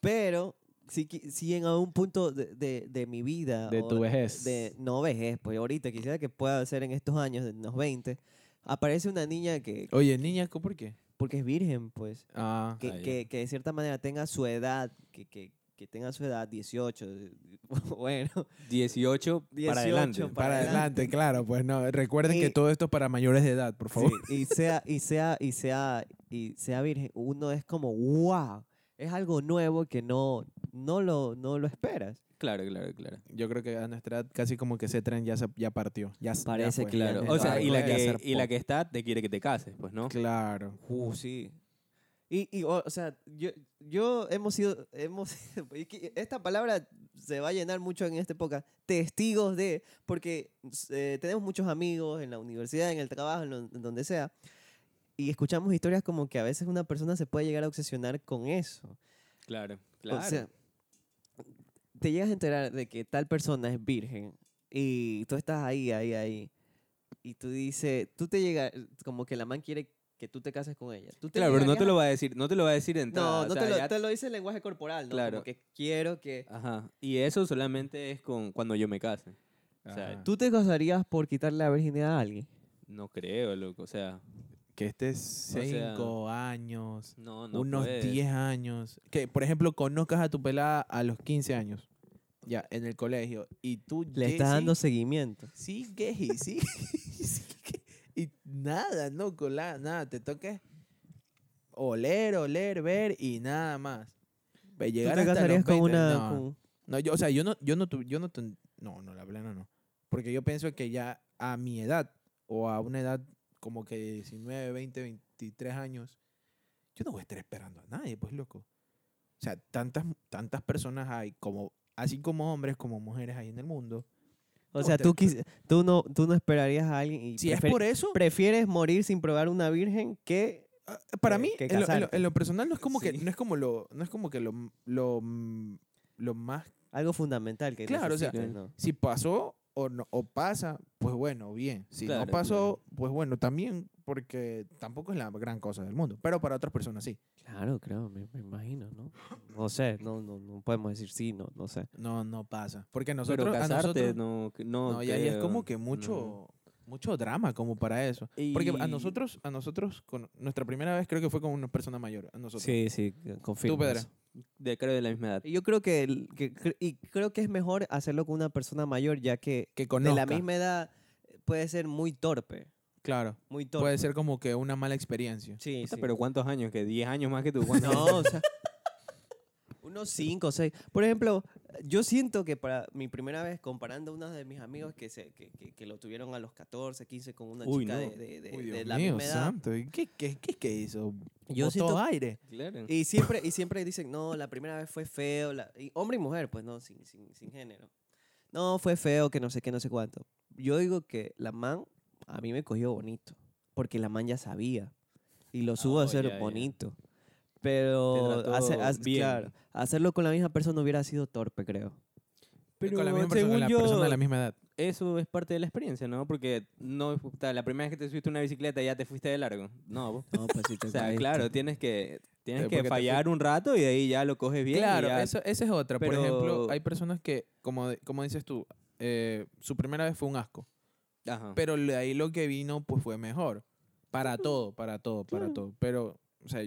A: pero, si, qui- si en algún punto de, de- de mi vida...
F: De
A: o
F: tu vejez.
A: de no vejez, pues ahorita quisiera que pueda ser en estos años, en los 20, aparece una niña que,
F: Oye, niña, ¿cómo- ¿por qué?
A: porque es virgen, pues,
F: Ah,
A: que,
C: Ah, ya.
A: que, que de cierta manera tenga su edad, que, que, que tenga su edad, 18, eh, bueno,
C: 18,
A: 18
C: para adelante.
A: para
B: Para adelante, claro, pues no. Recuerden que
A: Y-
B: todo esto es para mayores de edad, por favor.
A: sí, y sea, y sea, y sea, y sea virgen, uno es como, wow, es algo nuevo que no, no, lo, no lo esperas.
C: Claro, claro, claro.
B: Yo creo que a nuestra edad casi como que ese tren ya, se- ya partió. Ya, s- ya
A: Parece
B: fue.
A: que ya
C: Claro.
A: es
C: O sea,
A: algo
C: y la,
B: de
C: que,
B: hacer
C: y la
B: pop.
C: que está te quiere que te cases, pues, ¿no?
B: Claro.
A: Uh, sí. Y, y, o, o sea, yo, yo hemos sido, hemos, es que esta palabra se va a llenar mucho en esta época, testigos de, porque eh, tenemos muchos amigos en la universidad, en el trabajo, en, lo- en donde sea, y escuchamos historias como que a veces una persona se puede llegar a obsesionar con eso.
C: Claro, claro.
A: O sea, te llegas a enterar de que tal persona es virgen y tú estás ahí, ahí, ahí. Y tú dices, tú te llegas, como que la man quiere que tú te cases con ella. Tú
C: claro, pero no te
A: llegarías
C: lo
A: a-
C: va a decir, no te lo va a decir de entrada.
A: No,
C: o
A: no
C: sea,
A: te, lo,
C: ya-
A: te lo dice el lenguaje corporal, ¿no?
C: Claro.
A: Como que quiero que...
C: Ajá. Y eso solamente es con cuando yo me case. O sea,
B: Ah,
F: Ajá.
A: ¿Tú te casarías por quitarle la virginidad a alguien?
C: No creo, loco. O sea,
B: Que estés cinco años,
C: no, no.
B: unos
C: puedes.
B: 10 años. Que, por ejemplo, conozcas a tu pelada a los 15 años, ya, en el colegio. Y tú
A: Le
B: lle-
A: estás
B: sí-
A: dando seguimiento.
B: Sí, que y sí. sí, que- y nada, no, cola, nada, te toca oler, oler, ver y nada más. Ve,
A: ¿Tú
B: Llegar
A: te
B: hasta los
A: casarías con
B: 20,
A: una...
B: No,
A: con-
B: no, yo, o sea, yo no, yo no, tu- yo no, ten- no, no, la plena no. Porque yo pienso que ya a mi edad, o a una edad como que 19, 20, 23 años, yo no voy a estar esperando a nadie, pues loco. O sea, tantas, tantas personas hay, como, así como hombres, como mujeres hay en el mundo.
A: O
B: No,
A: sea,
B: te-
A: tú, quis- tú, no, tú no esperarías a alguien y
B: Si es
A: prefer-
B: por eso,
A: prefieres morir sin probar una virgen que
B: Ah, para
A: que-
B: mí
A: que
B: en, lo, en lo-
A: casarte.
B: en lo personal no es como que
C: Sí.
B: no es como lo no es como que lo, m- lo, m- lo más
A: algo fundamental que
B: Claro, o sea,
A: necesites, ¿no?
B: si pasó o no o pasa pues bueno bien si
C: Claro,
B: no pasó pues bueno también porque tampoco es la gran cosa del mundo pero para otras personas sí
A: Claro, creo, me, me imagino, ¿no? No sé, no, no, no podemos decir sí, no, no sé.
B: no no pasa porque nosotros
C: Pero
B: a
C: casarte,
B: nosotros-
C: no. que- No,
B: no, ya, ya es
C: creo,
B: como que
C: no.
B: mucho mucho drama como para eso porque a
C: Y-
B: nosotros a nosotros con nuestra primera vez creo que fue con una persona mayor a nosotros
A: Sí, sí, confirmo.
B: Tú, Pedra.
A: eso.
C: De, creo de la misma edad.
A: Y Yo creo que, el- que cre- y creo que es mejor hacerlo con una persona mayor, ya que
B: que
A: de
B: conozca
A: la misma edad eh, puede ser muy torpe,
B: claro
A: muy torpe.
B: puede ser como que una mala experiencia
A: sí,
C: Puta,
A: sí.
C: Pero ¿cuántos años? Que 10 años más que tú. ¿cuántos
A: no,
C: años?
A: o sea, unos cinco o seis. Por ejemplo, yo siento que para mi primera vez comparando a unas de mis amigos que se que, que- que lo tuvieron a los 14, 15 con una
C: Uy,
A: chica
C: no.
A: de, de- de-
B: Uy,
A: de
B: Dios
A: la
B: mío,
A: misma edad.
B: santo, ¿y ¿Qué, qué, qué, qué hizo?
A: Yo
B: Botó
A: siento-
B: aire.
C: Claro.
A: Y siempre, y siempre dicen, no, la primera vez fue feo. la- y hombre y mujer, pues no, sin, sin, sin género. No, fue feo, que no sé qué, no sé cuánto. Yo digo que la man a mí me cogió bonito. Porque la man ya sabía. Y lo subo a
C: Oh,
A: hacer
C: ya, ya.
A: bonito. Pero
C: trató
A: hace- hace-
C: bien.
A: claro, hacerlo con la misma persona hubiera sido torpe, creo.
C: Pero
B: con la misma persona, con la persona de la misma edad.
C: eso es parte de la experiencia, ¿no? Porque no es- puta, la primera vez que te subiste a una bicicleta ya te fuiste de largo. No, po.
A: No, pues sí, te
C: o sea,
A: caíste.
C: claro, tienes que tienes
B: Eh,
C: que
B: porque te
C: fallar un rato y de ahí ya lo coges bien. y
B: claro,
C: ya-
B: eso- esa es otra. Por ejemplo,
C: pero-
B: hay personas que, como, de- como dices tú, eh, su primera vez fue un asco.
C: Ajá.
B: Pero de ahí lo que vino, pues fue mejor. Para todo, para todo, para todo. Pero, o sea,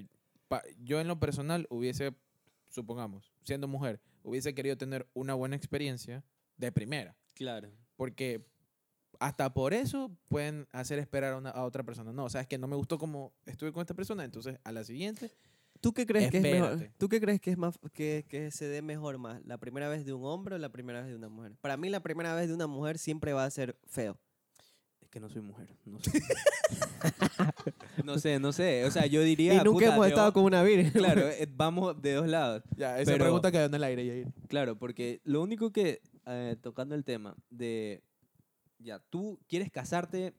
B: pa- yo en lo personal hubiese, supongamos, siendo mujer, hubiese querido tener una buena experiencia de primera.
C: claro.
B: Porque hasta por eso pueden hacer esperar a, una- a otra persona. No, sabes que no me gustó como estuve con esta persona, entonces a la siguiente.
A: ¿Tú qué crees que es mejor?
B: Espérate.
A: ¿Tú qué crees que es más que, que se dé mejor más? ¿La primera vez de un hombre o la primera vez de una mujer? Para mí la primera vez de una mujer siempre va a ser feo.
C: Es que no soy mujer. No sé. no sé, no sé. O sea, yo diría.
A: Y nunca
C: puta,
A: hemos
C: de
A: estado
C: o-
A: con una virgen.
C: Claro, eh, vamos de dos lados.
B: Ya, esa
C: Pero-
B: pregunta quedó en el aire, Yair.
C: Claro, porque lo único que, eh, tocando el tema de, ya, tú quieres casarte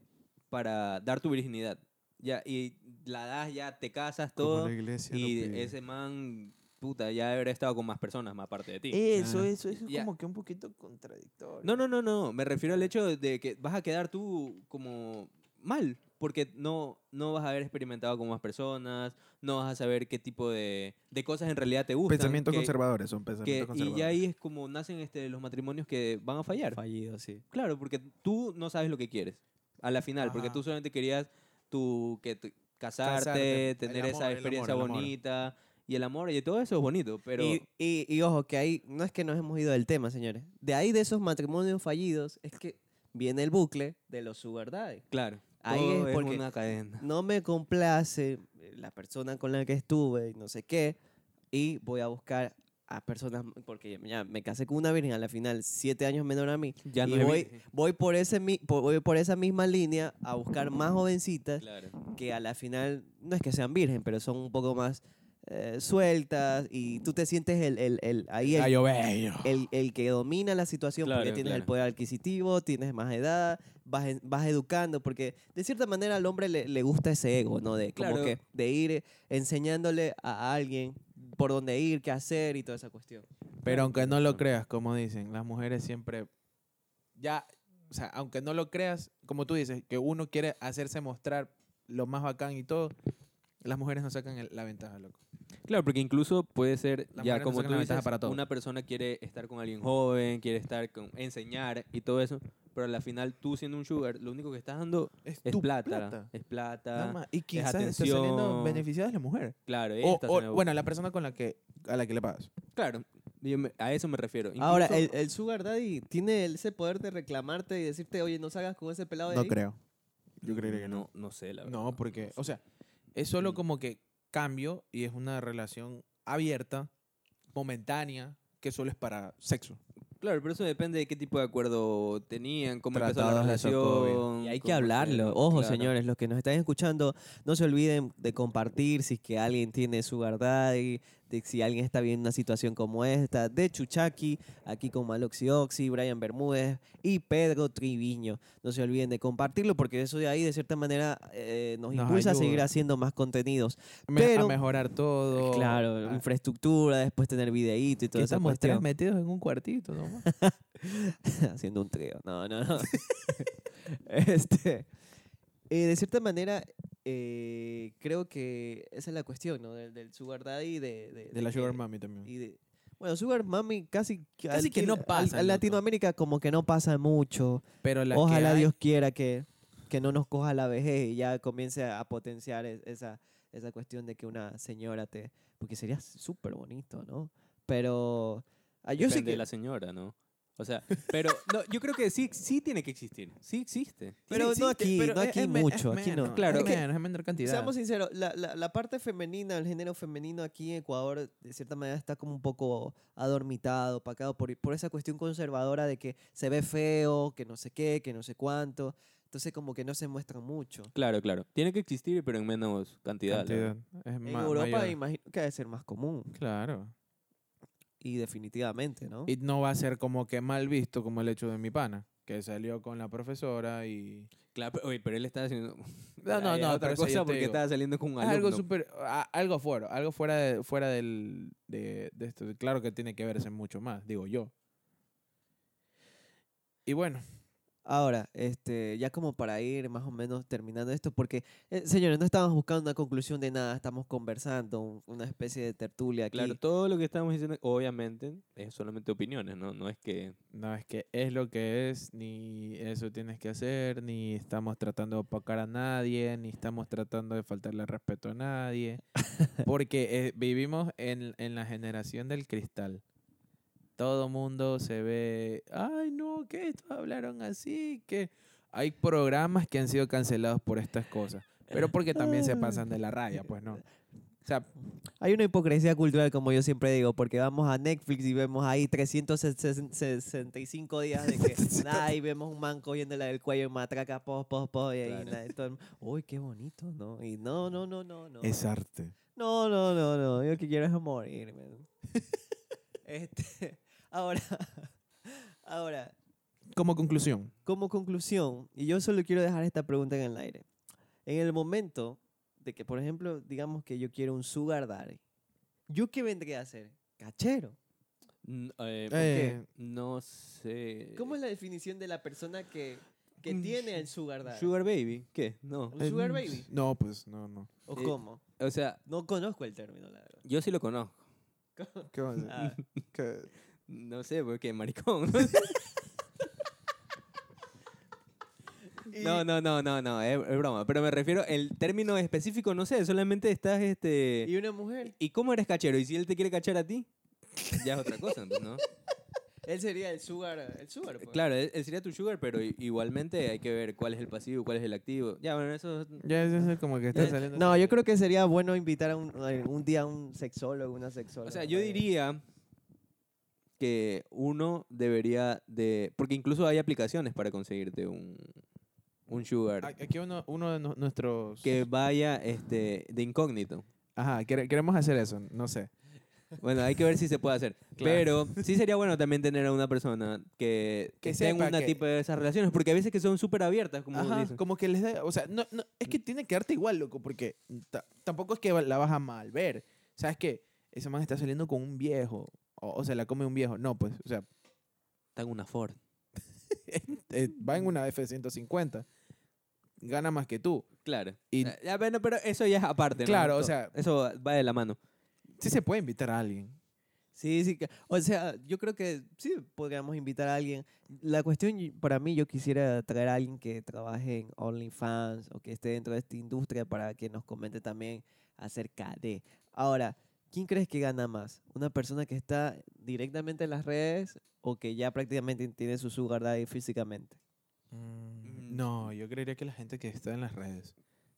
C: para dar tu virginidad, ya, y la das, ya, te casas, todo,
B: iglesia
C: y ese man, puta, ya habría estado con más personas más aparte de ti.
E: Eso,
B: Ah.
E: eso, eso es
C: Ya.
E: como que un poquito contradictorio.
C: No, no, no, no, me refiero al hecho de que vas a quedar tú como mal, porque no, no vas a haber experimentado con más personas, no vas a saber qué tipo de, de cosas en realidad te gustan.
B: Pensamientos
C: que-
B: conservadores son
C: que-
B: pensamientos
C: y ya
B: conservadores.
C: ahí es como nacen este, los matrimonios que van a fallar.
A: Fallido, sí.
C: Claro, porque tú no sabes lo que quieres a la final, porque
B: Ajá.
C: tú solamente querías tu, que tu- casarte,
B: Casarte, el
C: tener
B: amor,
C: esa
B: el
C: experiencia
B: amor, el amor.
C: bonita y el amor y todo eso es bonito, pero
A: Y, y- y ojo, que ahí no es que nos hemos ido del tema, señores. De ahí de esos matrimonios fallidos es que viene el bucle de los sugar daddy.
C: claro,
A: ahí
C: todo
A: es porque-
C: una cadena.
A: No me complace eh, la persona con la que estuve y no sé qué. Y voy a buscar a personas, porque ya me casé con una virgen a la final, siete años menor a mí.
C: Ya no
A: y
C: es
A: voy,
C: virgen.
A: voy, por ese, mi- por- voy por esa misma línea a buscar más jovencitas
C: Claro.
A: que a la final no es que sean virgen, pero son un poco más eh, sueltas y tú te sientes el, el, el- ahí el,
B: Eh,
A: el- el que domina la situación porque
C: oh. Claro,
A: tienes el
C: claro.
A: poder adquisitivo, tienes más edad, vas, en- vas educando, porque de cierta manera al hombre le, le gusta ese ego, ¿no? De, como
C: Claro.
A: que, de ir eh, enseñándole a alguien por dónde ir, qué hacer y toda esa cuestión.
E: Claro,
B: Pero aunque no
C: razón.
B: lo creas, como dicen, las mujeres siempre. Ya, o sea, aunque no lo creas, como tú dices, que uno quiere hacerse mostrar lo más bacán y todo, las mujeres no sacan el- la ventaja, loco.
C: Claro, porque incluso puede ser,
B: Las mujeres
C: ya
B: no
C: como
B: sacan
C: tú
B: la ventaja
C: dices,
B: para todo.
C: una persona quiere estar con alguien joven, quiere estar con enseñar y todo eso, pero a la final tú siendo un sugar, lo único que estás dando es
B: tu
C: plata, es plata,
B: Nada más. Y quizás esté
C: atención.
B: saliendo beneficiada de la mujer.
C: claro,
B: O,
C: esta
B: o,
C: zona-
B: bueno, la persona con la que, a la que le pagas.
C: claro, yo me- a eso me refiero.
A: Ahora,
C: Incluso-
A: el, el sugar daddy tiene el- ese poder de reclamarte y decirte, oye, no salgas con ese pelado de ahí.
B: creo.
C: Yo
B: creería que
C: no. No sé, la verdad.
B: No, porque, o sea, es solo como que cambio y es una relación abierta, momentánea, que solo es para sexo.
C: Claro, pero eso depende de qué tipo de acuerdo tenían, cómo empezó la
B: Tratados de Sokovia.
C: relación.
A: Y hay que
C: cómo
A: hablarlo.
C: fueron,
A: Ojo,
C: claro.
A: señores, los que nos están escuchando, no se olviden de compartir si es que alguien tiene su verdad y de si alguien está viendo una situación como esta. De Chuchaki, aquí con Maloxi Oxi, Brian Bermúdez y Pedro Triviño. No se olviden de compartirlo porque eso de ahí, de cierta manera, eh, nos,
B: Nos
A: impulsa a seguir
B: ayuda.
A: haciendo más contenidos.
B: Me-
A: Pero-
B: a mejorar todo.
A: claro,
B: a-
A: infraestructura, después tener videíto y
B: que
A: todo eso.
B: estamos tres metidos en un cuartito nomás.
A: haciendo un trío. No, no, no. este, eh, de cierta manera, eh, creo que esa es la cuestión, ¿no? Del, del Sugar Daddy, de, de,
B: De la
A: que-
B: Sugar Mami también.
A: y de- bueno, Sugar Mami casi,
B: Casi que no pasa,
A: En
B: loco.
A: Latinoamérica como que no pasa mucho.
B: Pero la que
A: Ojalá
B: hay-
A: Dios quiera que, que no nos coja la vejez y ya comience a potenciar es- esa, esa cuestión de que una señora te... Porque sería súper bonito, ¿no? Pero... ah, Yo
C: Depende
A: sé que
C: de la señora, ¿no? O sea, pero no, yo creo que sí, sí tiene que existir. Sí existe.
A: Pero eh, no aquí, no aquí mucho, aquí no.
C: Claro.
B: Es
C: Es que-
B: menos, es menor cantidad.
A: Seamos sinceros, la, la- la parte femenina, el género femenino aquí en Ecuador, de cierta manera está como un poco adormitado, opacado por, por esa cuestión conservadora de que se ve feo, que no sé qué, que no sé cuánto. Entonces como que no se muestra mucho.
C: Claro, claro. Tiene que existir, pero en menos cantidad. la
B: Cantidad,
C: verdad.
B: es
A: En
B: ma-
A: Europa
B: mayor.
A: imagino que debe ser más común.
B: Claro.
A: Y definitivamente, ¿no?
B: Y no va a ser como que mal visto como el hecho de mi pana, que salió con la profesora y...
C: Claro, pero, oye, pero él estaba haciendo.
B: No, no,
C: Ahí
B: no,
C: es
B: pero
C: otra
B: eso yo
C: cosa
B: te
C: porque
B: digo.
C: estaba saliendo con un
B: Es algo
C: alumno.
B: súper... a- Algo fuera, algo fuera, de, fuera del, de, de esto. Claro que tiene que verse mucho más, digo yo. Y bueno,
A: Ahora, este, ya como para ir más o menos terminando esto, porque, eh, señores, no estamos buscando una conclusión de nada, estamos conversando, un- una especie de tertulia aquí.
C: Claro, todo lo que estamos diciendo, obviamente, es solamente opiniones, ¿no? No es que.
B: no es que es lo que es, ni eso tienes que hacer, ni estamos tratando de opacar a nadie, ni estamos tratando de faltarle respeto a nadie, porque eh, vivimos en, en la generación del cristal. Todo mundo se ve, ay no, que estos hablaron así, que hay programas que han sido cancelados por estas cosas, pero porque también se pasan de la raya, pues no. O sea,
A: Hay una hipocresía cultural, como yo siempre digo, porque vamos a Netflix y vemos ahí 365 días de que nada, y vemos un man cogiéndole del cuello en matraca, pos, pos, pos, y ahí
C: Claro.
A: nada, y todo el mundo, uy, qué bonito, ¿no? Y no, no, no, no, no.
B: es arte.
A: No, no, no, no. Yo lo que quiero es morirme. este, ahora, ahora,
B: Como conclusión,
A: como conclusión, y yo solo quiero dejar esta pregunta en el aire. En el momento de que, por ejemplo, digamos que yo quiero un sugar daddy, ¿yo qué vendría a hacer? Cachero.
C: N- eh,
B: Eh.
C: No sé.
A: ¿Cómo es la definición de la persona que, que
C: Un
A: tiene el sugar daddy?
C: Mm, Sugar Baby, ¿qué? No.
A: ¿Un sugar
B: Eh,
A: baby?
B: No, pues no, no.
A: ¿O
C: eh,
A: cómo?
C: O sea,
A: No conozco el término, la verdad.
C: yo sí lo conozco.
B: ¿Qué va a hacer?
A: Ah,
B: ¿Qué?
C: No sé, porque maricón. No, no, no, no, no, es, es broma. Pero me refiero, el término específico, no sé, solamente estás este.
A: ¿Y una mujer?
C: ¿Y cómo eres cachero? ¿Y si él te quiere cachar a ti? Ya es otra cosa, entonces, ¿no?
A: Él sería el sugar, el sugar. pues.
C: Claro, él, él sería tu sugar, pero i- igualmente hay que ver cuál es el pasivo, cuál es el activo. Ya, bueno, eso...
B: Ya es eso como que
C: Eh,
B: está saliendo.
A: No, yo creo que sería bueno invitar a un, a un día a un sexólogo, una sexóloga. eh,
C: O sea, yo diría que uno debería de... Porque incluso hay aplicaciones para conseguirte un, un
B: A-
C: sugar
B: Aquí uno, uno de nu- nuestros.
C: que vaya este, de incógnito.
B: Ajá, quere- queremos hacer eso, no sé.
C: Bueno, hay que ver si se puede hacer.
B: Claro.
C: Pero sí sería bueno también tener a una persona que,
B: Que
C: que tenga
B: sepa
C: una
B: que-
C: tipo de esas relaciones, porque a veces que son súper abiertas, como
B: Ajá,
C: dicen.
B: como que les da. O sea, no, no, es que tiene que darte igual, loco, porque ta- tampoco es que la vas a mal ver. ¿Sabes qué? Ese man está saliendo con un viejo. O, o se la come un viejo. No, pues, o sea,
C: Tengo una Ford.
B: eh, va en una F-150. Gana más que tú.
C: Claro.
B: Y-
C: Ah, ya, bueno, pero eso ya es aparte. ¿no?
B: Claro, o
C: To-
B: sea-
C: Eso va de la mano.
B: Sí se puede invitar a alguien.
A: Sí, sí. que- O sea, yo creo que sí podríamos invitar a alguien. La cuestión y- para mí, yo quisiera traer a alguien que trabaje en OnlyFans o que esté dentro de esta industria para que nos comente también acerca de. Ahora, ¿quién crees que gana más? ¿Una persona que está directamente en las redes o que ya prácticamente tiene su sugar daddy físicamente?
C: Mm.
B: No, yo creería que la gente que está en las redes.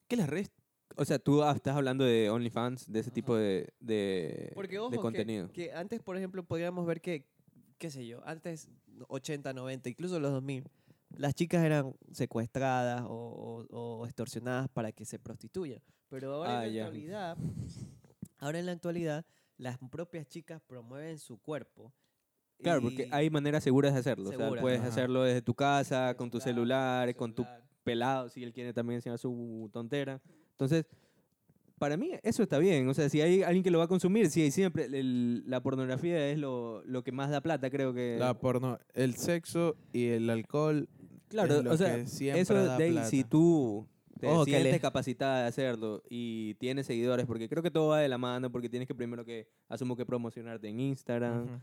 C: ¿Qué las redes? O sea, tú ah, estás hablando de OnlyFans, de ese tipo
A: Ajá.
C: de, de,
A: Porque
C: eh, de
A: ojo, que-
C: contenido.
A: Que, antes, por ejemplo, podríamos ver que, qué sé yo, antes 80, 90, incluso los 2000, las chicas eran secuestradas o, o- o extorsionadas para que se prostituyan. Pero ahora
C: Ah,
A: en la
C: ya.
A: actualidad, ahora en la actualidad, las propias chicas promueven su cuerpo.
C: Claro, porque
A: y-
C: hay maneras seguras de hacerlo. o sea,
A: Seguras,
C: puedes
B: ajá.
C: hacerlo desde tu casa,
A: Desde
C: con
A: tu
C: tu
A: casa,
C: celular,
A: celular,
C: con tu pelado, si él quiere también enseñar su tontera. Entonces, para mí eso está bien. O sea, si hay alguien que lo va a consumir, si siempre el- la pornografía es lo, lo que más da plata, creo que...
B: La porno, el sexo y el alcohol.
C: Claro,
B: es lo
C: o sea,
B: que siempre
C: Eso
B: da
C: de ahí,
B: plata.
C: si tú te
A: Ojo, que
C: sientes
A: le-
C: capacitada de hacerlo y tienes seguidores, porque creo que todo va de la mano, porque tienes que primero que, asumo que promocionarte en Instagram,
B: Ujú.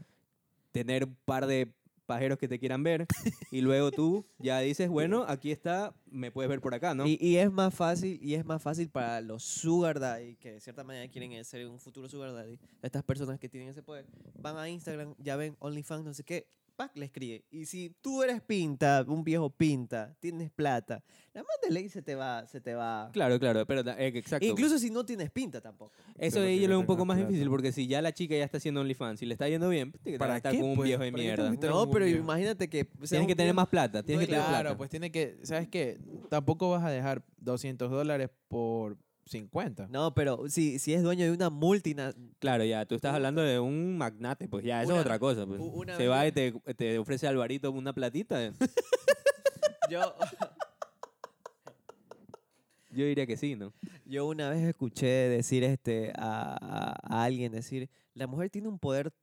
C: tener un par de pajeros que te quieran ver, y luego tú ya dices, bueno, aquí está, me puedes ver por acá, ¿no?
A: Y, y es más fácil, y es más fácil para los sugar daddy, que de cierta manera quieren eh, ser un futuro sugar daddy, estas personas que tienen ese poder, van a Instagram, ya ven OnlyFans, no sé qué, pac, le escribe. Y si tú eres pinta, un viejo pinta, tienes plata, la más de ley se te va, se te va.
C: claro, claro, pero ta- eh, exacto.
A: Incluso si no tienes pinta tampoco.
C: eso
B: Pero
C: de
B: tiene
C: ello
B: que
C: es un poco
B: tener
C: más
B: plata.
C: difícil, porque si ya la chica ya está haciendo OnlyFans y le está yendo bien, pues, tiene que
B: ¿Para
C: estar
B: qué,
C: con un
B: pues?
C: viejo de
B: ¿Para qué te
C: mierda.
B: metes? Pero
A: No,
B: un
A: pero
B: viejo.
A: imagínate que sea
C: Tienes
A: un
C: que tener
A: viejo-
C: más plata, tienes
A: no,
C: que tener
B: claro,
C: plata.
B: pues tiene que, ¿sabes qué? Tampoco vas a dejar 200 dólares por 50.
A: No, pero si, si es dueño de una multinacional,
C: Claro, ya, tú estás hablando de un magnate, pues ya, eso
A: Una-
C: es otra cosa. Pues.
A: u- una
C: Se
A: vez
C: va y te, te ofrece Alvarito una platita. eh.
A: yo...
C: Yo diría que sí, ¿no?
A: Yo una vez escuché decir este a, a- a alguien decir, la mujer tiene un poder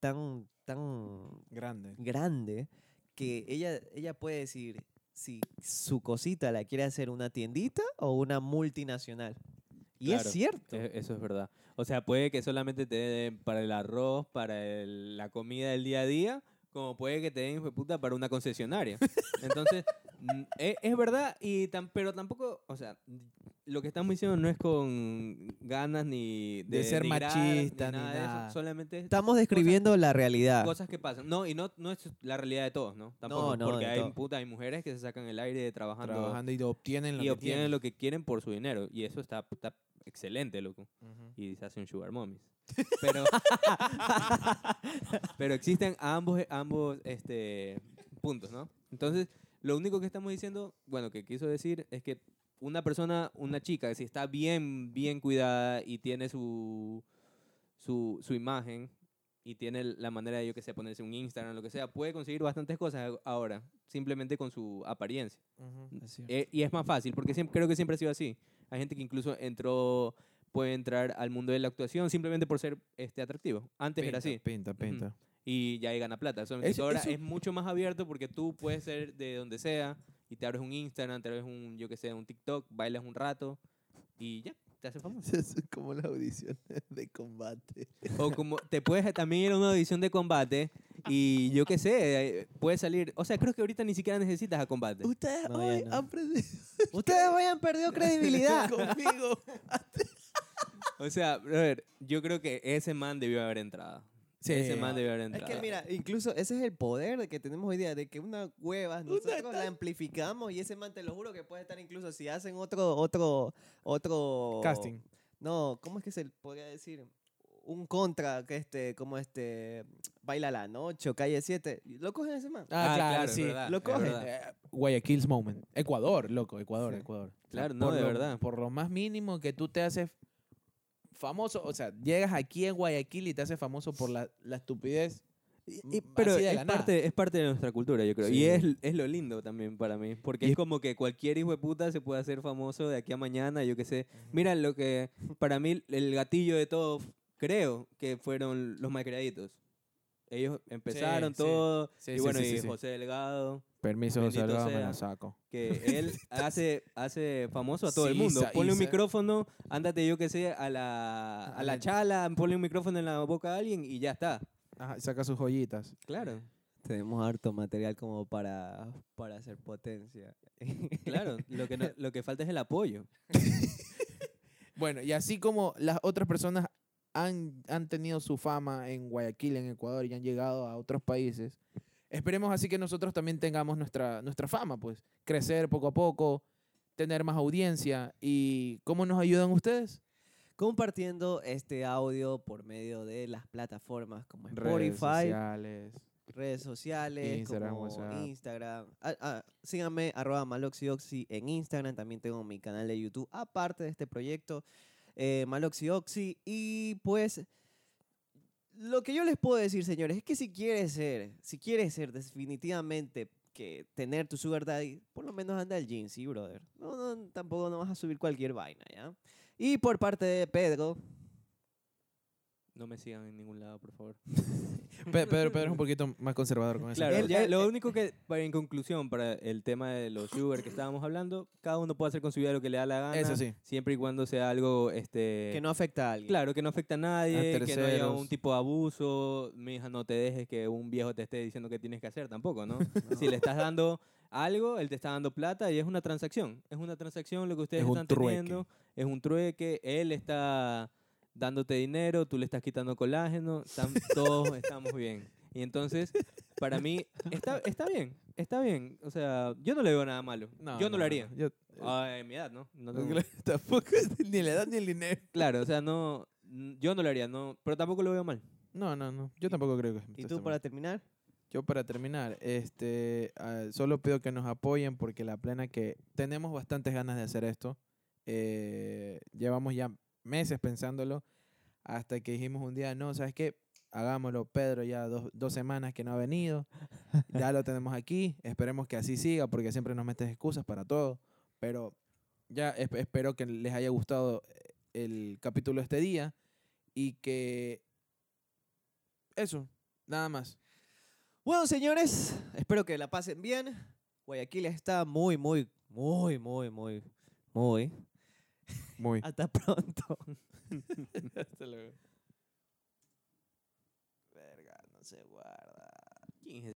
A: tan tan
B: Grande.
A: grande que ella ella puede decir si su cosita la quiere hacer una tiendita o una multinacional. Y
C: Claro,
A: es cierto.
C: E- Eso es verdad. O sea, puede que solamente te den para el arroz, para el- la comida del día a día, como puede que te den, hijo de puta, para una concesionaria. Entonces, mm, e- es, verdad, y tam- pero tampoco, o sea, lo que estamos diciendo no es con ganas ni
B: De ser
C: denigrar,
B: machista, ni
C: de eso,
B: nada.
C: solamente es
A: Estamos describiendo la realidad.
C: cosas que pasan. No, y no, no es la realidad de todos, ¿no? Tampoco,
A: Ah. no,
C: porque
A: de
C: hay,
A: todo.
C: puta, hay mujeres que se sacan el aire de trabajando,
B: Trabajando y obtienen lo
C: y
B: que
C: obtienen
B: tienen.
C: lo que quieren por su dinero. Y eso está, está excelente, loco.
B: Ujú.
C: y se hacen sugar mommies. Pero, pero existen ambos, ambos este, puntos, ¿no? Entonces, lo único que estamos diciendo, bueno, que quiso decir es que una persona, una chica, si está bien, bien cuidada y tiene su, su, su imagen y tiene la manera de, yo que sé, ponerse un Instagram, lo que sea, puede conseguir bastantes cosas ahora, simplemente con su apariencia. Eh, y es más fácil, porque siempre, creo que siempre ha sido así. Hay gente que incluso entró, puede entrar al mundo de la actuación simplemente por ser este, atractivo. Antes era así.
B: Pinta, pinta.
C: Y ya ahí gana plata. Solamente
B: Eso-
C: que ahora
B: eso-
C: es mucho más abierto porque tú puedes ser de donde sea y te abres un Instagram, te abres un, yo que sé, un TikTok, bailas un rato y ya, te haces famoso.
E: Es como las audiciones de combate.
C: O como te puedes también ir a una audición de combate y yo qué sé, eh, puedes salir. O sea, creo que ahorita ni siquiera necesitas a combate.
E: Ustedes
A: No, ya
E: hoy
A: no.
E: han aprendido
A: Ustedes hoy han perdido credibilidad.
E: conmigo.
C: O sea, a ver, yo creo que ese man debió haber entrado.
B: Sí.
C: Ese man debió haber
A: Es
C: entrado.
A: que mira, incluso ese es el poder de que tenemos hoy día, de que una hueva nosotros la amplificamos y ese man te lo juro que puede estar incluso si hacen otro, otro, otro
B: Casting.
A: No, ¿cómo es que se le podría decir? Un contra que este, como este, baila la noche o calle 7. Lo cogen ese man.
C: Ah, claro, sí.
A: Lo cogen.
B: Eh, Guayaquil's moment. Ecuador, loco, Ecuador,
C: Sí.
B: Ecuador.
C: Claro, no,
B: por
C: de
B: lo-
C: verdad.
B: Por lo más mínimo que tú te haces famoso, o sea, llegas aquí en Guayaquil y te haces famoso por la, la estupidez.
C: Y- y-
B: Mm,
C: pero
B: así de
C: es
B: la nada.
C: parte, es parte de nuestra cultura, yo creo.
B: Sí.
C: Y es, es lo lindo también para mí.
B: Y
C: Porque es
B: es-
C: como que cualquier hijo de puta se puede hacer famoso de aquí a mañana, yo qué sé. Mira, lo que para mí el gatillo de todo, creo que fueron los malcriaditos. Ellos empezaron
B: sí.
C: todo.
B: Sí,
C: y
B: sí,
C: bueno,
B: sí,
C: y
B: sí, sí.
C: José Delgado,
B: Permiso,
C: Bendito
B: Salgado, me
C: sea.
B: la saco.
C: que él hace, hace famoso a todo el
B: Sí,
C: mundo.
B: sa- y
C: Ponle un
B: sa-
C: micrófono, ándate, yo qué sé, a la, a la chala, ponle un micrófono en la boca a alguien y ya está.
B: Ajá, saca sus joyitas.
C: Claro,
A: Tenemos harto material como para, para hacer potencia.
C: claro. Lo que, no- lo que falta es el apoyo.
B: Bueno, y así como las otras personas han, han tenido su fama en Guayaquil, en Ecuador, y han llegado a otros países, esperemos así que nosotros también tengamos nuestra, nuestra fama, pues crecer poco a poco, tener más audiencia. ¿Y cómo nos ayudan ustedes?
A: Compartiendo este audio por medio de las plataformas como
B: Redes
A: Spotify,
B: sociales.
A: redes sociales
B: Instagram,
A: como
B: WhatsApp.
A: Instagram. Ah, ah, síganme, arroba maloxioxi en Instagram. También tengo mi canal de YouTube, aparte de este proyecto, eh, maloxioxi. Y pues, lo que yo les puedo decir, señores, es que si quieres ser, si quieres ser definitivamente que tener tu sugar daddy, por lo menos anda al jeans, sí, brother. No, no, tampoco no vas a subir cualquier vaina, ¿ya? Y por parte de Pedro,
C: No me sigan en ningún lado, por favor.
B: Pe- Pedro, Pedro es un poquito más conservador con eso.
C: Claro,
A: Él-
C: ya
A: él-
C: lo único que, para, en conclusión, para el tema de los sugar que estábamos hablando, cada uno puede hacer con su vida lo que le da la gana.
B: Eso sí.
C: Siempre y cuando sea algo,
B: Eh,
C: este...
A: que no afecta a alguien.
C: Claro, que no afecta
B: A
C: a nadie, que no haya
B: terceros.
C: un tipo de abuso. Mi hija, no te dejes que un viejo te esté diciendo qué tienes que hacer tampoco, ¿no? Si le estás dando algo, él te está dando plata y es una transacción. Es una transacción lo que ustedes
B: Es un
C: están
B: trueque.
C: teniendo. Es un trueque. Él está dándote dinero, tú le estás quitando colágeno. están- todos estamos bien. Y entonces, para mí, está, está bien. Está bien. O sea, yo no le veo nada malo. yo no, lo haría.
B: yo-
C: A mi edad, ¿no? No tengo-
B: Tampoco es ni la edad ni el dinero.
C: Claro, o sea, no, n- yo no lo haría, no, pero tampoco lo veo mal.
B: No, no, no. Yo tampoco creo que.
A: Y
B: esté
A: tú,
B: mal.
A: para terminar,
B: Yo para terminar, este, ah, solo pido que nos apoyen porque la plena que tenemos bastantes ganas de hacer esto. Eh, llevamos ya meses pensándolo hasta que dijimos un día, no, ¿sabes qué? Hagámoslo, Pedro, ya dos, dos semanas que no ha venido. Ya lo tenemos aquí. Esperemos que así siga porque siempre nos metes excusas para todo. Pero ya esp- espero que les haya gustado eh, el capítulo este día y que... Eso, nada más.
A: Bueno, señores, espero que la pasen bien. Guayaquil está muy, muy, muy, muy, muy, muy.
B: Muy.
A: Hasta pronto.
B: Verga, no se guarda.